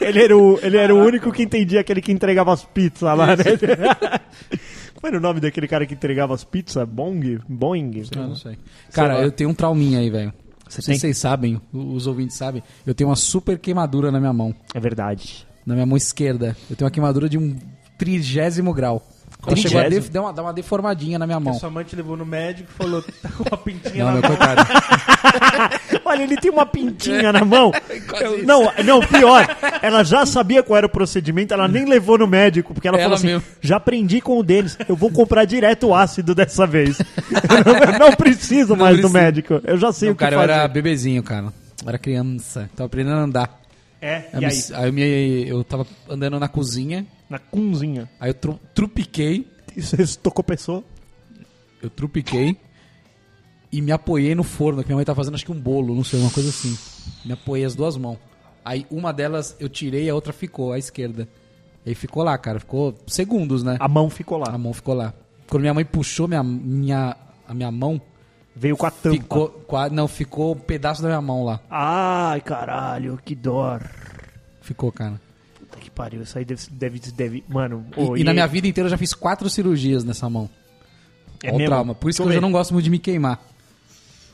Speaker 5: Ele era, o, ele era o único que entendia aquele que entregava as pizzas lá, né? Como era o nome daquele cara que entregava as pizzas? Bong? Boing?
Speaker 4: Ah, não sei. Cara, eu tenho um trauminha aí, velho. Não sei
Speaker 5: tem?
Speaker 4: se vocês sabem, o- os ouvintes sabem, eu tenho uma super queimadura na minha mão.
Speaker 5: É verdade.
Speaker 4: Na minha mão esquerda. Eu tenho uma queimadura de um trigésimo grau. Ela
Speaker 5: Trigésimo?
Speaker 4: chegou a def- dar, uma, dar uma deformadinha na minha mão.
Speaker 3: Sua mãe te levou no médico e falou, tá com uma pintinha
Speaker 4: Não,
Speaker 3: na
Speaker 4: meu
Speaker 3: mão.
Speaker 4: coitado.
Speaker 5: Olha, ele tem uma pintinha na mão.
Speaker 4: É Quase
Speaker 5: Eu-
Speaker 4: isso.
Speaker 5: não, não, pior. Ela já sabia qual era o procedimento, ela nem levou no médico, porque ela,
Speaker 4: Ela
Speaker 5: falou assim:
Speaker 4: mesmo.
Speaker 5: já aprendi com o Denis, eu vou comprar direto o ácido dessa vez. Eu não, eu não preciso mais
Speaker 4: preciso.
Speaker 5: do médico. Eu já sei
Speaker 4: Não,
Speaker 5: o que
Speaker 4: cara, eu
Speaker 5: fazer.
Speaker 4: era bebezinho, cara. Eu era criança. Tava aprendendo a andar.
Speaker 5: É,
Speaker 4: Eu
Speaker 5: e
Speaker 4: me-
Speaker 5: aí?
Speaker 4: eu, me- eu tava andando na cozinha,
Speaker 5: Na cunzinha.
Speaker 4: aí eu tru- trupiquei.
Speaker 5: E você tocou pessoa?
Speaker 4: Eu trupiquei e me apoiei no forno, que minha mãe tava fazendo acho que um bolo, não sei, uma coisa assim. Me apoiei as duas mãos. Aí uma delas eu tirei, a outra ficou, à esquerda. E aí ficou lá, cara. Ficou segundos, né?
Speaker 5: A mão ficou lá.
Speaker 4: A mão ficou lá. Quando minha mãe puxou minha, minha, a minha mão,
Speaker 5: Veio com a tampa.
Speaker 4: ficou. qua- Não, ficou um pedaço da minha mão lá.
Speaker 5: Ai, caralho, que dor.
Speaker 4: Ficou, cara.
Speaker 5: Puta que pariu, isso aí deve. deve, deve mano,
Speaker 4: E,
Speaker 5: ô,
Speaker 4: e na
Speaker 5: aí?
Speaker 4: minha vida inteira eu já fiz quatro cirurgias nessa mão.
Speaker 5: É
Speaker 4: Olha o
Speaker 5: mesmo?
Speaker 4: trauma. Por isso
Speaker 5: Deixa
Speaker 4: que eu
Speaker 5: ver.
Speaker 4: já não gosto muito de me queimar.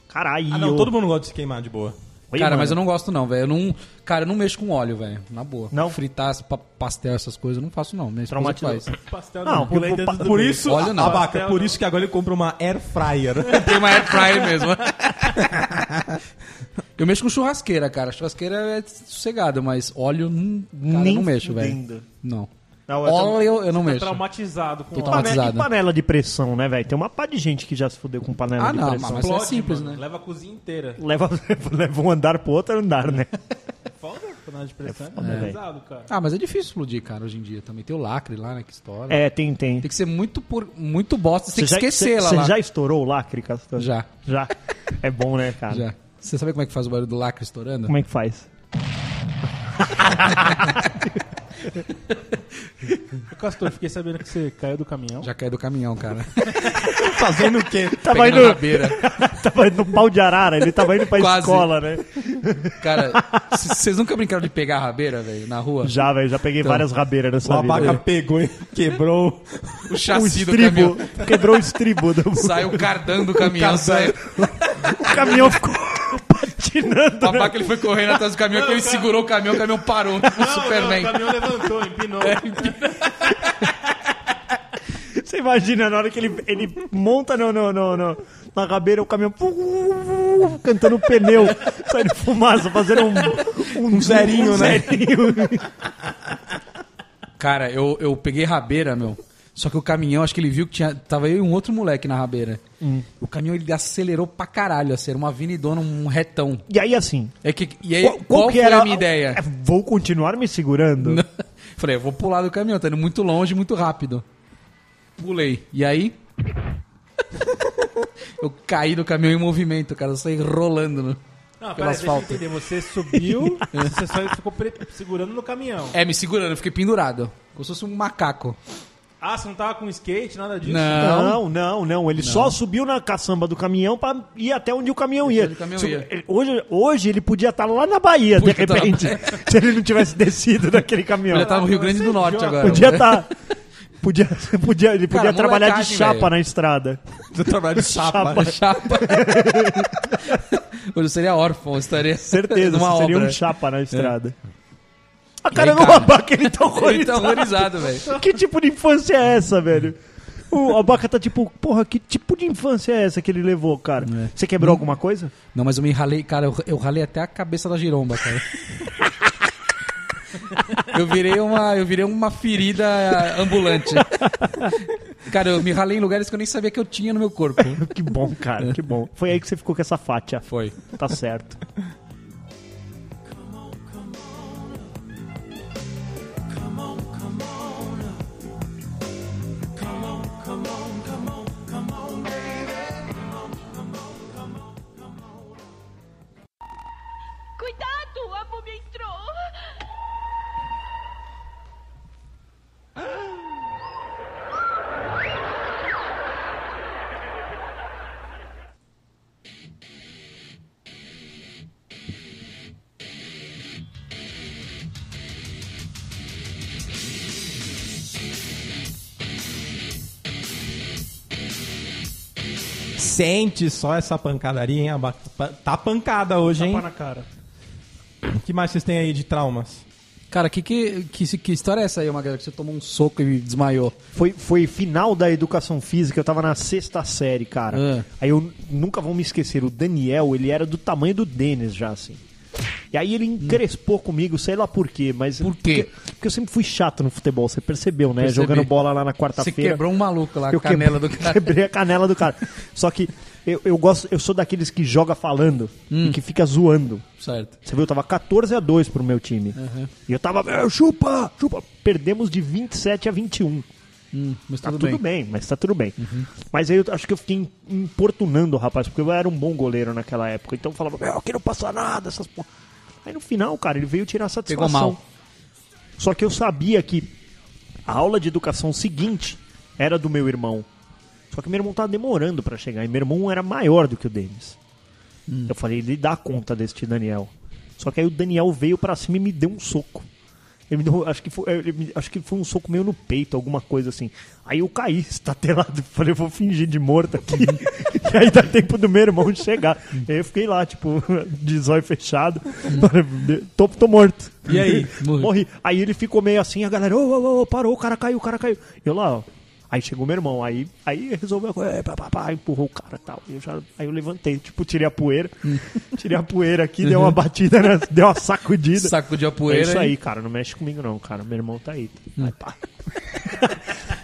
Speaker 5: Caralho.
Speaker 1: Ah, não, todo mundo gosta de se queimar de boa.
Speaker 5: Oi,
Speaker 4: cara,
Speaker 5: mano.
Speaker 4: mas eu não gosto não, velho. Eu não, cara, eu não mexo com óleo, velho. Na boa.
Speaker 5: Não?
Speaker 4: Fritar pa- pastel essas coisas eu não faço não, minha esposa
Speaker 5: Traumatizou.
Speaker 4: faz.
Speaker 3: Pastel
Speaker 5: Não,
Speaker 3: pulei
Speaker 5: por-
Speaker 3: dentro do
Speaker 1: Por
Speaker 3: meio.
Speaker 1: isso,
Speaker 4: Olha,
Speaker 1: a-
Speaker 4: não.
Speaker 1: abaca,
Speaker 3: Pastel,
Speaker 1: por
Speaker 3: não.
Speaker 1: isso que agora ele compra uma air fryer.
Speaker 4: Tem uma air fryer mesmo. eu mexo com churrasqueira, cara. Churrasqueira é sossegado, mas óleo hum, cara, eu
Speaker 5: Nem
Speaker 4: não mexo, velho. tá
Speaker 5: fudendo.
Speaker 4: Não.
Speaker 5: Não, eu tô- tá
Speaker 4: Óleo eu não mexo.
Speaker 3: Traumatizado com
Speaker 4: Tô
Speaker 3: óleo.
Speaker 4: trauma-
Speaker 5: Panela,
Speaker 4: traumatizado.
Speaker 5: e panela de pressão, né, velho? Tem uma pá de gente que já se fudeu com panela
Speaker 4: Ah,
Speaker 5: de
Speaker 4: não,
Speaker 5: pressão.
Speaker 4: mas isso é
Speaker 3: Explode,
Speaker 4: simples,
Speaker 3: mano.
Speaker 4: né?
Speaker 3: Leva a cozinha inteira.
Speaker 5: Leva, leva um andar pro outro andar, né?
Speaker 4: É.
Speaker 3: Foda, panela de pressão. É,
Speaker 5: velho.
Speaker 3: pesado, cara.
Speaker 4: Ah, mas é difícil explodir, cara, hoje em dia também. Tem o lacre lá, né, que estoura.
Speaker 5: É, tem, tem.
Speaker 4: Tem que ser muito por muito bosta, você tem
Speaker 5: Você
Speaker 4: que esquecer
Speaker 5: já,
Speaker 4: ela
Speaker 5: você-
Speaker 4: lá.
Speaker 5: Você já estourou o lacre, Castor?
Speaker 4: Já.
Speaker 5: Já. É bom, né, cara?
Speaker 4: Já. Você sabe como é que faz o barulho do lacre estourando?
Speaker 5: Como é que faz?
Speaker 3: Ô, Castor, fiquei sabendo que você caiu do
Speaker 5: é?
Speaker 3: caminhão.
Speaker 4: Já caiu do caminhão, cara.
Speaker 1: Fazendo o quê?
Speaker 5: Tava
Speaker 4: Pegando
Speaker 5: indo,
Speaker 4: na beira.
Speaker 5: tava indo no pau de arara, ele tava indo pra
Speaker 4: Quase.
Speaker 5: escola, né?
Speaker 4: Cara, c- vocês nunca brincaram de pegar a rabeira, velho, na rua?
Speaker 5: Já, velho, já peguei
Speaker 4: Então,
Speaker 5: várias rabeiras
Speaker 1: O
Speaker 5: nessa
Speaker 1: abaca
Speaker 5: vida.
Speaker 1: pegou e quebrou
Speaker 4: O
Speaker 5: O
Speaker 4: chassi do
Speaker 5: estribo,
Speaker 4: caminhão.
Speaker 5: quebrou o estribo. Do...
Speaker 4: Sai o cardan do caminhão, sai.
Speaker 5: O caminhão ficou patinando.
Speaker 4: A vaca ele foi correndo atrás do caminhão, que ele segurou o caminhão, o caminhão parou, tipo o Superman.
Speaker 3: o caminhão levantou, empinou.
Speaker 4: É,
Speaker 5: Você imagina, na hora que ele, ele monta no, no, no, no- na rabeira, o caminhão fu- fu- fu- cantando pneu, saindo fumaça, fazendo um, um,
Speaker 1: zerinho, né?
Speaker 5: zerinho.
Speaker 4: Cara, eu, eu peguei rabeira, meu. Só que o caminhão, acho que ele viu que tinha. Tava eu e um outro moleque na rabeira.
Speaker 5: Hum.
Speaker 4: O caminhão ele acelerou pra caralho, assim, era uma avenidona, um retão.
Speaker 5: E aí, assim,
Speaker 4: É que, e aí,
Speaker 5: qual,
Speaker 4: qual,
Speaker 5: qual que
Speaker 4: foi
Speaker 5: era
Speaker 4: a minha ideia?
Speaker 5: É, Vou continuar me segurando?
Speaker 4: Não. Falei, eu vou pular do caminhão, tá indo muito longe, muito rápido. Pulei. E aí? eu caí do caminhão em movimento, cara. Eu saí rolando. No...
Speaker 3: Não, pera,
Speaker 4: Pelo
Speaker 3: deixa eu
Speaker 4: asfalto.
Speaker 3: entender. Você subiu, você só ficou pre- segurando no caminhão.
Speaker 4: É, me segurando, eu fiquei pendurado. Como se fosse um macaco.
Speaker 3: Ah, você não tava com skate, nada disso?
Speaker 5: Não,
Speaker 4: Não.
Speaker 5: não, não. Ele só subiu na caçamba do caminhão pra ir até onde o caminhão ia.
Speaker 4: onde o caminhão
Speaker 5: Se-
Speaker 4: ia.
Speaker 5: Hoje, hoje ele podia estar lá na Bahia,
Speaker 4: Podia tá
Speaker 5: de
Speaker 4: estar na
Speaker 5: repente, se ele não tivesse descido daquele
Speaker 4: Eu
Speaker 5: caminhão.
Speaker 4: já tava no Rio Grande do Norte agora. né?
Speaker 5: Podia tá- estar. Podia, podia, ele podia
Speaker 4: tá Cara,
Speaker 5: trabalhar de
Speaker 4: molecagem,
Speaker 5: chapa
Speaker 4: velho.
Speaker 5: na estrada.
Speaker 1: do trabalho de chapa.
Speaker 4: Uma chapa. Hoje eu seria órfão, eu estaria.
Speaker 5: Certeza,
Speaker 4: numa
Speaker 5: você seria
Speaker 4: obra.
Speaker 5: um chapa na estrada. A cara
Speaker 4: aí,
Speaker 5: do
Speaker 4: cara?
Speaker 5: abaca, ele tá
Speaker 4: Ele tá
Speaker 5: horrorizado.
Speaker 4: horrorizado, velho.
Speaker 5: Que tipo de infância é essa, velho? O abaca tá tipo, porra, que tipo de infância é essa que ele levou, cara?
Speaker 4: É.
Speaker 5: Você quebrou alguma coisa?
Speaker 4: Não, mas eu me ralei, cara, eu, eu ralei até a cabeça da giromba, cara. Eu virei uma, eu virei uma ferida eh, ambulante. Cara, eu me ralei em lugares que eu nem sabia que eu tinha no meu corpo.
Speaker 5: Que bom, cara, que bom. Foi aí que você ficou com essa fátia.
Speaker 4: Foi.
Speaker 5: Tá certo.
Speaker 6: Cuidado, a múmia entrou.
Speaker 1: Sente só essa pancadaria, hein, abaca? Pa- Tá pancada hoje,
Speaker 3: Tapa
Speaker 1: hein?
Speaker 3: na cara.
Speaker 1: O que mais vocês têm aí de traumas?
Speaker 4: Cara, que, que, que, que história é essa aí, Magrelo? Que você tomou um soco e desmaiou.
Speaker 5: Foi, foi final da educação física, eu tava na sexta série, cara.
Speaker 4: Ah.
Speaker 5: Aí eu nunca vou me esquecer, o Daniel, ele era do tamanho do Denis já, assim. E aí ele encrespou comigo, sei lá por quê, mas.
Speaker 4: Por quê?
Speaker 5: Porque, porque eu sempre fui chato no futebol, você percebeu, né?
Speaker 4: Percebi.
Speaker 5: Jogando bola lá na
Speaker 4: Você
Speaker 5: quarta-feira.
Speaker 4: quebrou um maluco lá, a
Speaker 5: Tá Eu
Speaker 4: canela
Speaker 5: quebrei,
Speaker 4: do cara.
Speaker 5: quebrei a canela do cara. Só que eu, eu gosto, eu sou daqueles que joga falando
Speaker 4: Hum.
Speaker 5: e que fica zoando.
Speaker 4: Certo.
Speaker 5: Você viu, eu tava 14 a 2 pro meu time. E eu tava, "Meu, chupa, chupa. Perdemos de 27 a 21.
Speaker 4: Hum, mas
Speaker 5: Tá
Speaker 4: tudo,
Speaker 5: tudo
Speaker 4: bem. Uhum.
Speaker 5: bem. mas tá tudo bem. Mas aí eu acho que eu fiquei importunando o rapaz, porque eu era um bom goleiro naquela época. Então eu falava, meu, aqui não passa nada, essas porra. Aí no final, cara, ele veio tirar satisfação.
Speaker 4: Pegou mal.
Speaker 5: Só que eu sabia que a aula de educação seguinte era do meu irmão. Só que meu irmão tava demorando pra chegar. E meu irmão era maior do que o Denis. Eu falei, ele dá conta deste Daniel. Só que aí o Daniel veio pra cima e me deu um soco. Ele me deu, acho, que foi, ele me- acho que foi um soco meio no peito, alguma coisa assim. Aí eu caí, estatelado. Falei, eu vou fingir de morto aqui. e aí dá tempo do meu irmão chegar. aí eu fiquei lá, tipo, de zóio fechado. Falei, tô, tô morto.
Speaker 4: E aí?
Speaker 5: Morri. Morri. Aí ele ficou meio assim, a galera, ô, ô, ô, ô, parou, o cara caiu, o cara caiu. Eu lá, ó. Aí chegou meu irmão, aí, aí resolveu, a coisa, é, pá, pá, pá, empurrou o cara e tal. E Eu já, aí eu levantei, tipo, tirei a poeira, tirei a poeira aqui, deu uma batida, né, deu uma sacudida.
Speaker 4: Uhum. Saco de Hum. apoeira.
Speaker 5: É isso aí, cara, não mexe comigo não, cara, meu irmão tá aí. Aí, pá.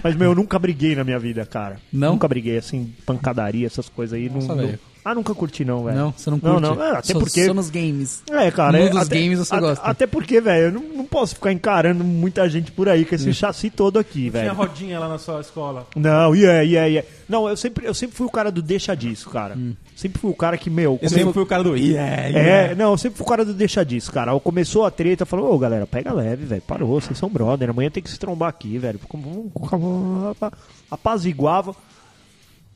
Speaker 5: Mas, meu, eu nunca briguei na minha vida, cara.
Speaker 4: Não?
Speaker 5: Nunca briguei, assim, pancadaria, essas coisas aí. não-
Speaker 4: Nossa,
Speaker 5: não-
Speaker 4: velho.
Speaker 5: Ah, nunca curti não, velho.
Speaker 4: Não, você não curte.
Speaker 5: Não, não, é, até
Speaker 4: Só-
Speaker 5: porque...
Speaker 4: Só nos games.
Speaker 5: É, cara.
Speaker 4: No
Speaker 5: é,
Speaker 4: dos
Speaker 5: até-
Speaker 4: games você
Speaker 5: a-
Speaker 4: gosta.
Speaker 5: Até porque, velho, eu não, não posso ficar encarando muita gente por aí com
Speaker 4: Hum.
Speaker 5: esse chassi todo aqui,
Speaker 3: Tinha
Speaker 5: velho.
Speaker 3: rodinha lá na sua escola.
Speaker 5: Não, e yeah, yeah, yeah. Não, eu sempre, eu sempre fui o cara do deixa disso, cara.
Speaker 4: Hum.
Speaker 5: Sempre fui o cara que, meu.
Speaker 1: Eu
Speaker 5: come-
Speaker 1: sempre fui o cara do yeah,
Speaker 5: É, não, eu sempre fui o cara do deixa disso, cara. Eu começou a treta, falou, ô galera, pega leve, velho. Parou, vocês são brother. Amanhã tem que se trombar aqui, velho. Vamos- vamos- Apaziguava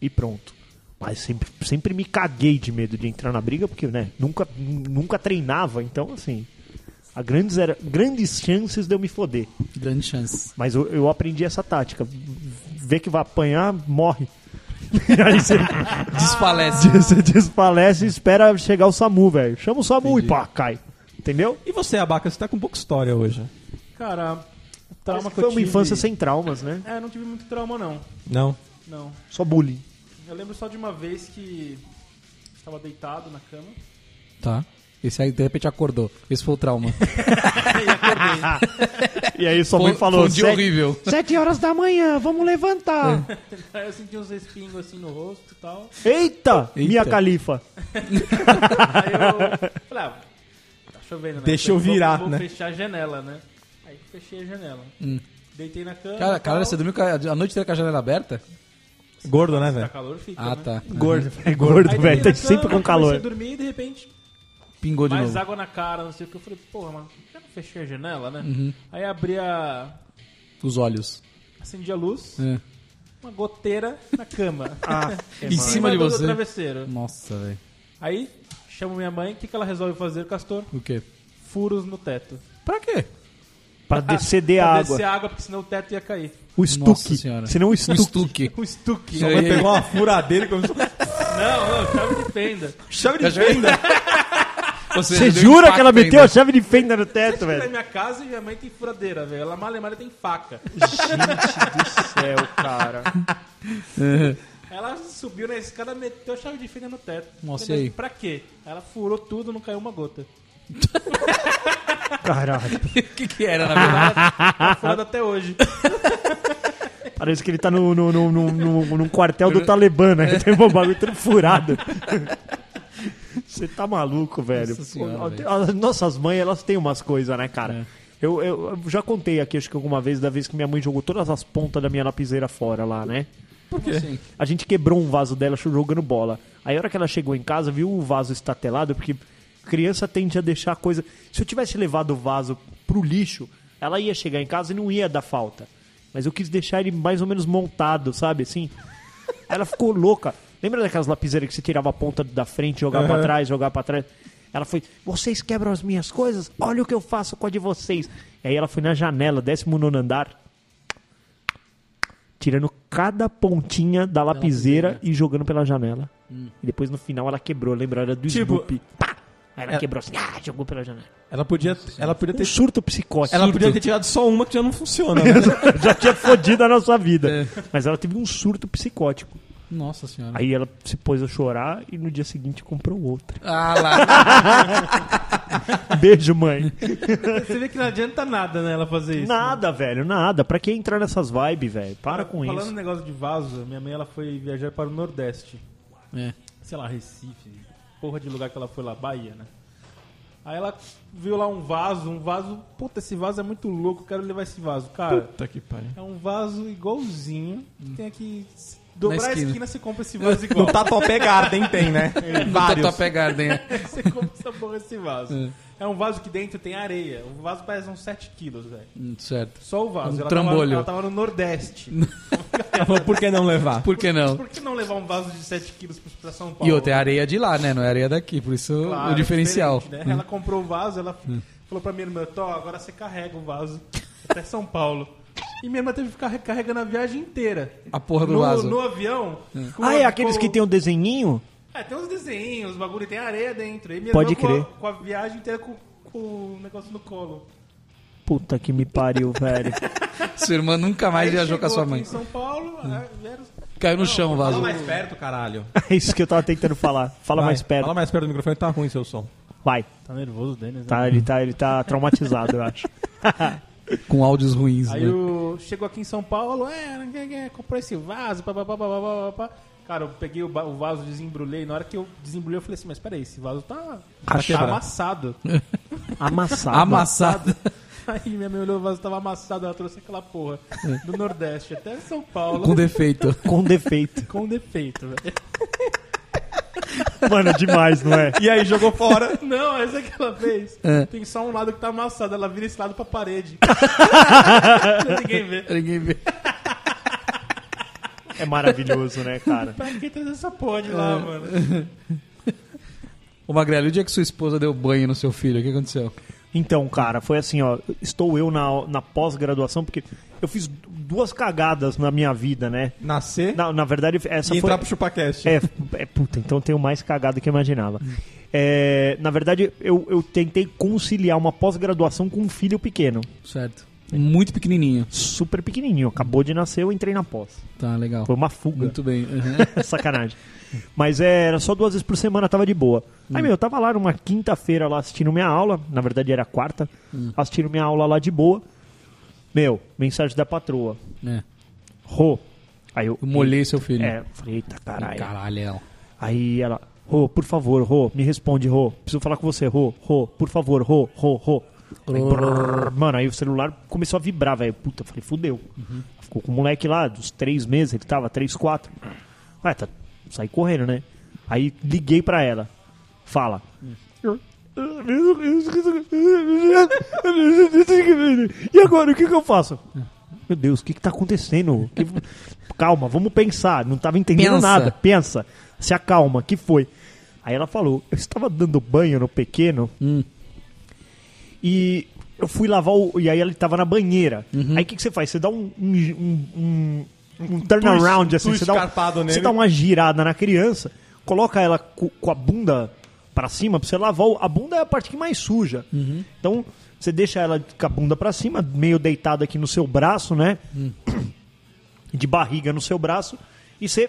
Speaker 5: e pronto. Mas sempre, sempre me caguei de medo de entrar na briga, porque, né, nunca, nunca treinava, então assim. Há grandes, era, grandes chances de eu me foder.
Speaker 4: Grande chance.
Speaker 5: Mas eu, eu aprendi essa tática. Vê que vai apanhar, morre. Aí você,
Speaker 4: Desfalece.
Speaker 5: você desfalece e espera chegar o SAMU, velho. Chama o SAMU e pá, cai. Entendeu?
Speaker 1: E você, Abaca, você tá com pouca história hoje.
Speaker 3: Cara, o trauma que
Speaker 5: Foi
Speaker 3: eu
Speaker 5: uma
Speaker 3: tive...
Speaker 5: infância sem traumas, né?
Speaker 3: É, não tive muito trauma, não.
Speaker 1: Não.
Speaker 3: Não.
Speaker 5: Só bullying.
Speaker 3: Eu lembro só de uma vez que estava deitado na cama.
Speaker 4: Tá. Esse aí, de repente, acordou. Esse foi o trauma.
Speaker 5: E aí sua mãe
Speaker 4: Foi-
Speaker 5: falou:
Speaker 4: foi um dia
Speaker 5: "Sete-
Speaker 4: horrível."
Speaker 5: Sete horas da manhã, vamos levantar.
Speaker 3: Aí eu senti uns respingos assim no rosto e tal.
Speaker 5: Eita, minha
Speaker 4: Eita.
Speaker 5: califa.
Speaker 3: Aí eu falei, ah, tá chovendo, né?
Speaker 1: Deixa eu
Speaker 3: Vou-
Speaker 1: virar,
Speaker 3: vou,
Speaker 1: né?
Speaker 3: fechar a janela, né? Aí fechei a janela. Deitei na cama.
Speaker 4: Hum. Cara,
Speaker 3: tal.
Speaker 4: caralho, você dormiu com a, a noite inteira com a janela aberta?
Speaker 1: Gordo, né,
Speaker 3: Tá
Speaker 1: velho?
Speaker 3: calor, fica,
Speaker 4: Ah,
Speaker 3: né?
Speaker 4: tá.
Speaker 5: Gordo, é gordo,
Speaker 3: Aí
Speaker 5: velho.
Speaker 3: deitei
Speaker 5: Tá
Speaker 3: na
Speaker 5: sempre
Speaker 3: cama, Comecei
Speaker 5: com calor.
Speaker 3: a dormir e assim, de repente,
Speaker 4: Pingou de
Speaker 3: mais
Speaker 4: novo.
Speaker 3: água na cara, não sei o que. Eu falei, porra, mano, eu não fechei a janela, né?
Speaker 4: Uhum.
Speaker 3: Aí abri a...
Speaker 4: Os olhos.
Speaker 3: Acendi a luz,
Speaker 4: É.
Speaker 3: uma goteira na cama.
Speaker 5: Ah.
Speaker 4: Em cima de
Speaker 3: do
Speaker 4: você.
Speaker 3: travesseiro.
Speaker 4: Nossa, velho.
Speaker 3: Aí, chamo minha mãe, o que, que ela resolve fazer, Castor?
Speaker 4: O quê?
Speaker 3: Furos no teto.
Speaker 4: Pra quê?
Speaker 5: Pra deceder a
Speaker 3: Pra
Speaker 5: água.
Speaker 3: descer água, porque senão o teto ia cair.
Speaker 5: O
Speaker 4: Nossa
Speaker 5: estuque.
Speaker 4: senhora.
Speaker 5: Senão o
Speaker 4: Um
Speaker 5: estuque.
Speaker 4: estuque.
Speaker 3: Um estuque.
Speaker 4: Só-
Speaker 3: Não,
Speaker 1: Aí pegou uma furadeira e começou.
Speaker 3: não, chave de fenda.
Speaker 1: Chave de venda!
Speaker 4: Ou seja,
Speaker 5: Você
Speaker 4: deu um
Speaker 5: jura
Speaker 4: impacto
Speaker 5: que ela meteu a
Speaker 4: ainda.
Speaker 5: chave de fenda no
Speaker 3: Na
Speaker 5: teto, velho?
Speaker 3: minha casa, minha mãe tem furadeira, velho. Ela malemada tem faca.
Speaker 5: Céu, cara.
Speaker 4: né?
Speaker 3: Ela subiu na escada, meteu a chave de fenda no teto.
Speaker 4: Nossa,
Speaker 3: Entendeu?
Speaker 4: e aí?
Speaker 3: Pra quê? Ela furou tudo, não caiu uma gota.
Speaker 5: Caralho.
Speaker 4: O que que era, na verdade?
Speaker 3: Tá furada até hoje.
Speaker 5: Parece que ele tá no, no, no, no, no- num quartel
Speaker 4: É.
Speaker 5: do Talibã, né? Tem um bagulho todo furado. Você tá maluco, velho.
Speaker 4: Nossa senhora,
Speaker 5: Pô,
Speaker 4: velho. É.
Speaker 5: as nossas mães, elas têm umas coisas, né, cara? Eu, eu- eu já contei aqui, acho que alguma vez, da vez que minha mãe jogou todas as pontas da minha lapiseira fora lá, né?
Speaker 4: Por quê? Sim.
Speaker 5: A gente quebrou um vaso dela jogando bola. Aí a hora que ela chegou em casa, viu o vaso estatelado, porque criança tende a deixar a coisa. Se eu tivesse levado o vaso pro lixo, ela ia chegar em casa e não ia dar falta. Mas eu quis deixar ele mais ou menos montado, sabe assim? Ela ficou louca. Lembra daquelas lapiseiras que você tirava a ponta da frente, jogava pra trás, jogava pra trás? Ela foi, vocês quebram as minhas coisas? Olha o que eu faço com a de vocês. E aí ela foi na janela, 19 andar, tirando cada pontinha da lapiseira e jogando pela janela. E depois no final ela quebrou, lembra? Era do
Speaker 1: Tipo,
Speaker 5: Snoopy.
Speaker 7: Aí ela quebrou assim, ah, jogou pela janela.
Speaker 1: Ela podia, ela podia
Speaker 5: Um
Speaker 1: ter.
Speaker 5: surto psicótico.
Speaker 1: Ela podia ter tirado só uma que já não funciona. né?
Speaker 5: já tinha fodido a nossa vida.
Speaker 1: É.
Speaker 5: Mas ela teve um surto psicótico.
Speaker 4: Nossa senhora.
Speaker 5: Aí ela se pôs a chorar e no dia seguinte comprou outra.
Speaker 4: Ah lá.
Speaker 5: Beijo, mãe.
Speaker 1: É
Speaker 3: Você vê que não adianta nada, né, ela fazer isso. né?
Speaker 5: nada, velho, nada. Pra que entrar nessas vibes, velho? Para com
Speaker 3: Falando
Speaker 5: isso.
Speaker 3: no negócio de vaso, minha mãe ela foi viajar para o Nordeste.
Speaker 4: É.
Speaker 3: Sei lá, Recife. Porra de lugar que ela foi lá, Bahia, né? Aí ela viu lá um vaso, um vaso. Puta, esse vaso é muito louco, quero levar esse vaso. Cara,
Speaker 1: Puta que pariu.
Speaker 3: é um vaso igualzinho. Tem que s- dobrar a
Speaker 4: esquina.
Speaker 3: esquina, você compra esse vaso
Speaker 1: No
Speaker 3: igual.
Speaker 1: Tatuapé Garden tem, né? tá
Speaker 4: Vários.
Speaker 1: Vários.
Speaker 4: Tá pegada, hein?
Speaker 3: você compra essa porra, esse vaso. É um vaso que dentro tem areia. O vaso pesa uns 7 quilos, velho.
Speaker 4: Hum, Certo.
Speaker 3: Só o vaso.
Speaker 4: Um
Speaker 3: ela,
Speaker 4: trambolho.
Speaker 3: Tava, ela tava no Nordeste.
Speaker 1: Ela falou, por que não levar?
Speaker 4: Por que não?
Speaker 3: Por que não levar um vaso de 7 quilos pra São Paulo?
Speaker 4: E outra, é areia de lá, né? Não é areia daqui, por isso
Speaker 3: Claro,
Speaker 4: o diferencial. Hum.
Speaker 3: diferente, né? Ela comprou o vaso, ela falou pra minha irmã, Tó, agora você carrega o vaso até São Paulo. E minha irmã teve que ficar carregando a viagem inteira.
Speaker 4: A porra do
Speaker 3: no,
Speaker 4: vaso. Hum.
Speaker 3: No avião. com
Speaker 5: Ah,
Speaker 3: a-
Speaker 5: é aqueles
Speaker 3: com-
Speaker 5: que tem o desenhinho?
Speaker 3: É, tem uns desenhos, os bagulho, tem areia dentro. E minha
Speaker 5: Pode
Speaker 3: irmã com a-
Speaker 5: crer.
Speaker 3: Com a, viagem inteira com, com o negócio no colo.
Speaker 5: Puta que me pariu, velho.
Speaker 4: Sua irmã nunca mais viajou com a sua
Speaker 3: aqui
Speaker 4: mãe.
Speaker 3: em São Paulo, aí vieram...
Speaker 4: Caiu no chão o
Speaker 1: Fala
Speaker 4: vaso.
Speaker 1: mais perto, caralho.
Speaker 5: É isso que eu tava tentando falar. Fala
Speaker 1: Vai,
Speaker 5: mais perto.
Speaker 1: Fala mais perto do microfone, tá ruim seu som.
Speaker 5: Vai.
Speaker 3: Tá nervoso, Denis,
Speaker 5: Tá, ele tá, ele tá traumatizado, eu acho.
Speaker 4: Com áudios ruins,
Speaker 3: Aí
Speaker 4: né?
Speaker 3: eu chego aqui em São Paulo, é, não quer- quer, comprou esse vaso, papapá, papapá, papapá. Cara, eu peguei o, ba- o vaso, desembrulhei. Na hora que eu desembrulhei, eu falei assim, mas peraí, esse vaso tá, tá
Speaker 1: quebrar.
Speaker 3: amassado.
Speaker 5: Amassado.
Speaker 4: Amassado.
Speaker 3: Aí minha mãe olhou, o vaso tava amassado, ela trouxe aquela porra do Nordeste até São Paulo
Speaker 4: Com defeito.
Speaker 5: Com defeito.
Speaker 3: com defeito, velho.
Speaker 5: Mano, demais, não é?
Speaker 1: E aí, jogou fora.
Speaker 3: Não, essa que ela fez.
Speaker 4: É.
Speaker 3: Tem só um lado que tá amassado, ela vira esse lado pra parede. Ninguém vê.
Speaker 4: Ninguém vê.
Speaker 5: É maravilhoso, né, cara?
Speaker 3: Pra que trazer essa porra de
Speaker 4: É.
Speaker 3: lá, mano?
Speaker 4: Ô Magrelo, e o dia que sua esposa deu banho no seu filho, o que aconteceu?
Speaker 5: Então, cara, foi assim, ó. Estou eu na, na pós-graduação, porque eu fiz duas cagadas na minha vida, né?
Speaker 1: Nascer
Speaker 5: Na, na verdade, essa
Speaker 1: e
Speaker 5: foi.
Speaker 1: entrar pro ChupaCast.
Speaker 5: É, é, puta, então eu tenho mais cagada que eu imaginava. É, na verdade, eu, eu tentei conciliar uma pós-graduação com um filho pequeno.
Speaker 4: Certo. Muito pequenininho.
Speaker 5: Super pequenininho. Acabou de nascer, eu entrei na pós.
Speaker 4: Tá, legal.
Speaker 5: Foi uma fuga.
Speaker 4: Muito bem. Uhum.
Speaker 5: Sacanagem. Mas é, era só duas vezes por semana, tava de boa. Aí, meu, eu tava lá numa quinta-feira lá assistindo minha aula, na verdade era quarta, assistindo minha aula lá de boa. Meu, mensagem da patroa.
Speaker 4: É.
Speaker 5: Rô. Aí eu.
Speaker 4: Eu molhei seu filho.
Speaker 5: É, eu falei, eita caralho.
Speaker 4: Caralho.
Speaker 5: Aí ela, Rô, por favor, Rô, me responde, Rô. Preciso falar com você, Rô, Rô, por favor, Rô, Rô, Rô. Aí, brrr, mano, aí o celular começou a vibrar, velho. Puta, eu falei, fudeu. Ficou com o moleque lá, dos três meses, ele tava, três, quatro. Ué, tá, saí correndo, né? Aí liguei pra ela. Fala. E agora, o que que eu faço? Meu Deus, o que que tá acontecendo? Que- Calma, vamos pensar. Não tava entendendo
Speaker 4: Pensa.
Speaker 5: nada. Pensa. Se acalma, que foi? Aí ela falou, eu estava dando banho no pequeno e eu fui lavar o... E aí ele tava na banheira. Aí o que que você faz? Você dá um... um, um, um, um turnaround,
Speaker 1: twist-
Speaker 5: assim.
Speaker 1: twist
Speaker 5: você dá um-
Speaker 1: carpado
Speaker 5: você
Speaker 1: nele.
Speaker 5: dá uma girada na criança, coloca ela co- com a bunda pra cima, pra você lavar. o- A bunda é a parte que mais suja.
Speaker 4: Uhum.
Speaker 5: Então, você deixa ela com a bunda pra cima, meio deitada aqui no seu braço, né?
Speaker 4: Hum.
Speaker 5: De barriga no seu braço. E você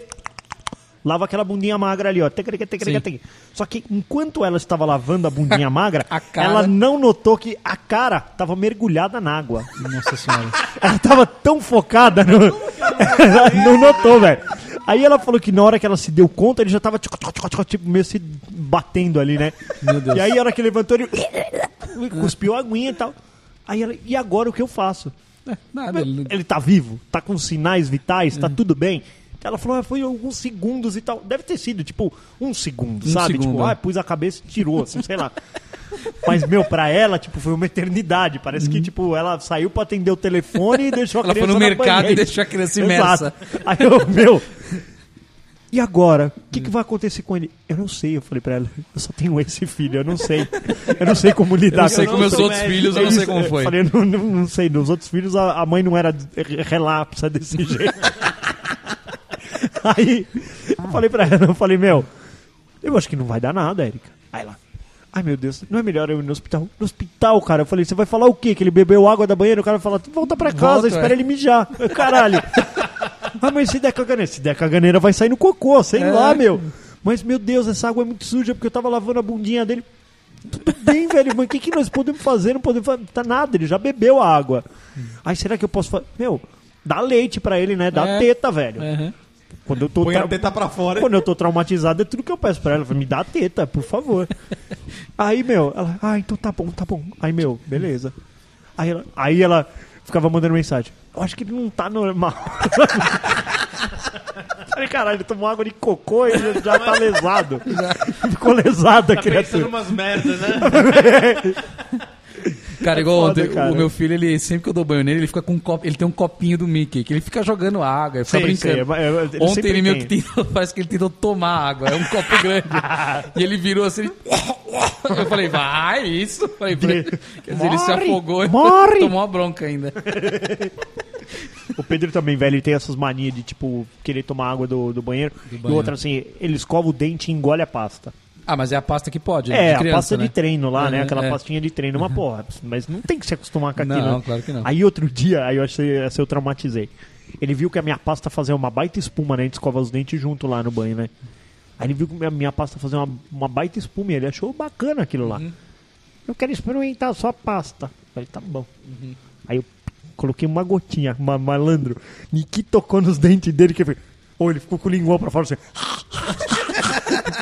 Speaker 5: lava aquela bundinha magra ali, ó. Tecreca, tecreca,
Speaker 4: Sim.
Speaker 5: tecreca. Só que enquanto ela estava lavando a bundinha magra,
Speaker 4: A cara-
Speaker 5: ela não notou que a cara estava mergulhada na água.
Speaker 4: Nossa senhora.
Speaker 5: Ela tava tão focada no. ela não notou, velho. Aí ela falou que na hora que ela se deu conta, ele já tava tchoc, tchoc, tchoc, tchoc, tipo, meio se batendo ali, né?
Speaker 4: Meu Deus.
Speaker 5: E aí a hora que levantou, ele cuspiu a aguinha e tal. Aí ela, e agora o que eu faço?
Speaker 4: É, nada. ele-
Speaker 5: Ele tá vivo, tá com sinais vitais,
Speaker 4: Hum.
Speaker 5: tá tudo bem. Ela falou, ah, foi alguns segundos e tal. Deve ter sido, tipo, um segundo,
Speaker 4: Um
Speaker 5: sabe?
Speaker 4: segundo,
Speaker 5: Tipo,
Speaker 4: é.
Speaker 5: ah, pus a cabeça e tirou, assim, sei lá. Mas, meu, pra ela, tipo, foi uma eternidade. Parece que, tipo, ela saiu pra atender o telefone e deixou a
Speaker 4: Uhum. Ela foi
Speaker 5: criança
Speaker 4: no
Speaker 5: na
Speaker 4: mercado e
Speaker 5: banheira.
Speaker 4: deixou a criança imersa.
Speaker 5: Exato. Aí eu, meu... E agora? O
Speaker 4: Hum.
Speaker 5: que, que vai acontecer com ele? Eu não sei, eu falei pra ela. Eu só tenho esse filho, eu não sei. Eu não sei como lidar
Speaker 4: Eu não sei
Speaker 5: com
Speaker 4: com meus outros filhos, eu não sei como
Speaker 5: eu
Speaker 4: foi.
Speaker 5: é, Falei, não, não- não sei, nos outros filhos a, a mãe não era relapsa desse jeito. Aí eu falei pra ela, eu falei, meu, eu acho que não vai dar nada, Érica. Aí ela, Ai meu Deus, não é melhor eu ir no hospital? No hospital, cara. Eu falei, você vai falar o quê? Que ele bebeu água da banheira? O cara vai falar, volta pra casa,
Speaker 4: Volta,
Speaker 5: espera
Speaker 4: é.
Speaker 5: ele mijar. Caralho. ah, mas se der caganeira, se der caganeira vai sair no cocô, sei
Speaker 4: É.
Speaker 5: lá, meu. Mas meu Deus, essa água é muito suja porque eu tava lavando a bundinha dele. Tudo bem, velho, mas o que, que nós podemos fazer? Não podemos fazer tá nada, ele já bebeu a água. Ai, será que eu posso fazer? Meu, dá leite pra ele, né? Dá
Speaker 4: É.
Speaker 5: teta, velho. Quando eu tô
Speaker 1: Põe a
Speaker 5: tra-
Speaker 1: teta pra fora.
Speaker 5: quando eu tô traumatizado, é tudo que eu peço pra ela. Eu falo, Me dá a teta, por favor. Aí, meu, ela, ah, então tá bom, tá bom. Aí, meu, beleza. Aí ela, aí ela ficava mandando mensagem. Eu acho que ele não tá normal. Falei, caralho, ele tomou água de cocô e ele já tá lesado. Ficou lesado a
Speaker 3: Pensando
Speaker 5: criatura.
Speaker 3: umas merdas, né?
Speaker 4: Cara, igual
Speaker 5: É foda,
Speaker 4: ontem,
Speaker 5: cara.
Speaker 4: o meu filho, ele sempre que eu dou banho nele, ele fica com um copo, ele tem um copinho do Mickey, que ele fica jogando água, ele fica
Speaker 5: Sei, sei,
Speaker 4: brincando.
Speaker 5: é, é, ele
Speaker 4: ontem
Speaker 5: sempre
Speaker 4: ele meio
Speaker 5: tem.
Speaker 4: que tentou, parece que ele tentou tomar água, é um copo grande. e ele virou assim, ele- eu falei, vai, isso. Falei, pra ele. Quer dizer, ele se
Speaker 5: Morre,
Speaker 4: afogou e
Speaker 5: morre.
Speaker 4: tomou uma bronca ainda.
Speaker 5: O Pedro também, velho, ele tem essas manias de, tipo, querer tomar água do, do banheiro. E
Speaker 4: banheiro.
Speaker 5: outra, assim, ele escova o dente e engole a pasta.
Speaker 4: Ah, mas é a pasta que pode, né?
Speaker 5: É,
Speaker 4: de criança,
Speaker 5: a pasta
Speaker 4: né?
Speaker 5: de treino lá, né?
Speaker 4: Uhum,
Speaker 5: Aquela
Speaker 4: é.
Speaker 5: pastinha de treino, uma porra. Mas não tem que se acostumar com
Speaker 4: Não,
Speaker 5: aquilo. né?
Speaker 4: claro que não.
Speaker 5: Aí outro dia, aí eu achei, essa eu traumatizei. Ele viu que a minha pasta fazia uma baita espuma, né? A gente escova os dentes junto lá no banho, né? Aí ele viu que a minha pasta fazia uma, uma baita espuma e ele achou bacana aquilo
Speaker 4: Uhum.
Speaker 5: lá. Eu quero experimentar a sua pasta. Eu falei, tá bom.
Speaker 4: Uhum.
Speaker 5: Aí eu coloquei uma gotinha, ma- malandro. Niki tocou nos dentes dele que ele fez- Ou ele ficou com o linguão pra fora assim.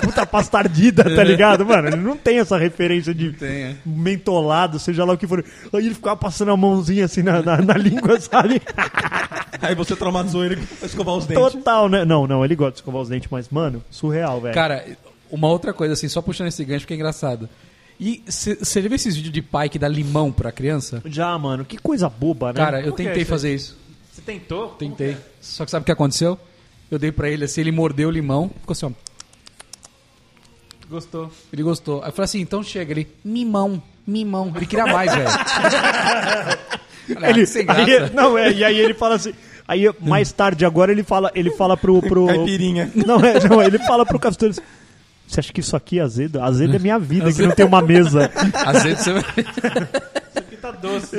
Speaker 5: Puta pasta ardida, tá ligado? Mano, ele não tem essa referência de
Speaker 4: É. Tem, é.
Speaker 5: mentolado, seja lá o que for. Aí ele ficava passando a mãozinha assim na, na, na língua, sabe?
Speaker 1: Aí você traumatizou ele pra escovar os dentes.
Speaker 5: Total, né? Não, não, ele gosta de escovar os dentes, mas, mano, surreal, velho.
Speaker 4: Cara, uma outra coisa, assim, só puxando esse gancho, porque é engraçado. E você já viu esses vídeos de pai que dá limão pra criança?
Speaker 5: Já, mano, que coisa boba, né?
Speaker 4: Cara, eu
Speaker 3: Como que é
Speaker 4: tentei
Speaker 3: isso aí?
Speaker 4: fazer isso.
Speaker 3: Você tentou?
Speaker 4: Tentei. Só que sabe o que aconteceu? Eu dei pra ele assim, ele mordeu o limão, ficou assim, ó.
Speaker 3: Gostou.
Speaker 4: Ele gostou. Aí eu falei assim, então chega. Ele, mimão, mimão. Ele queria mais, velho. Falei, ah,
Speaker 5: ele,
Speaker 4: que sem graça.
Speaker 5: aí- não, é, e aí ele fala assim. Aí mais tarde agora ele fala, ele fala pro. pro
Speaker 1: Caipirinha.
Speaker 5: não, é, não, ele fala pro Castores. Você acha que isso aqui é azedo? Azedo é minha vida, que não tem uma mesa.
Speaker 4: Às vezes você...
Speaker 3: Que tá doce.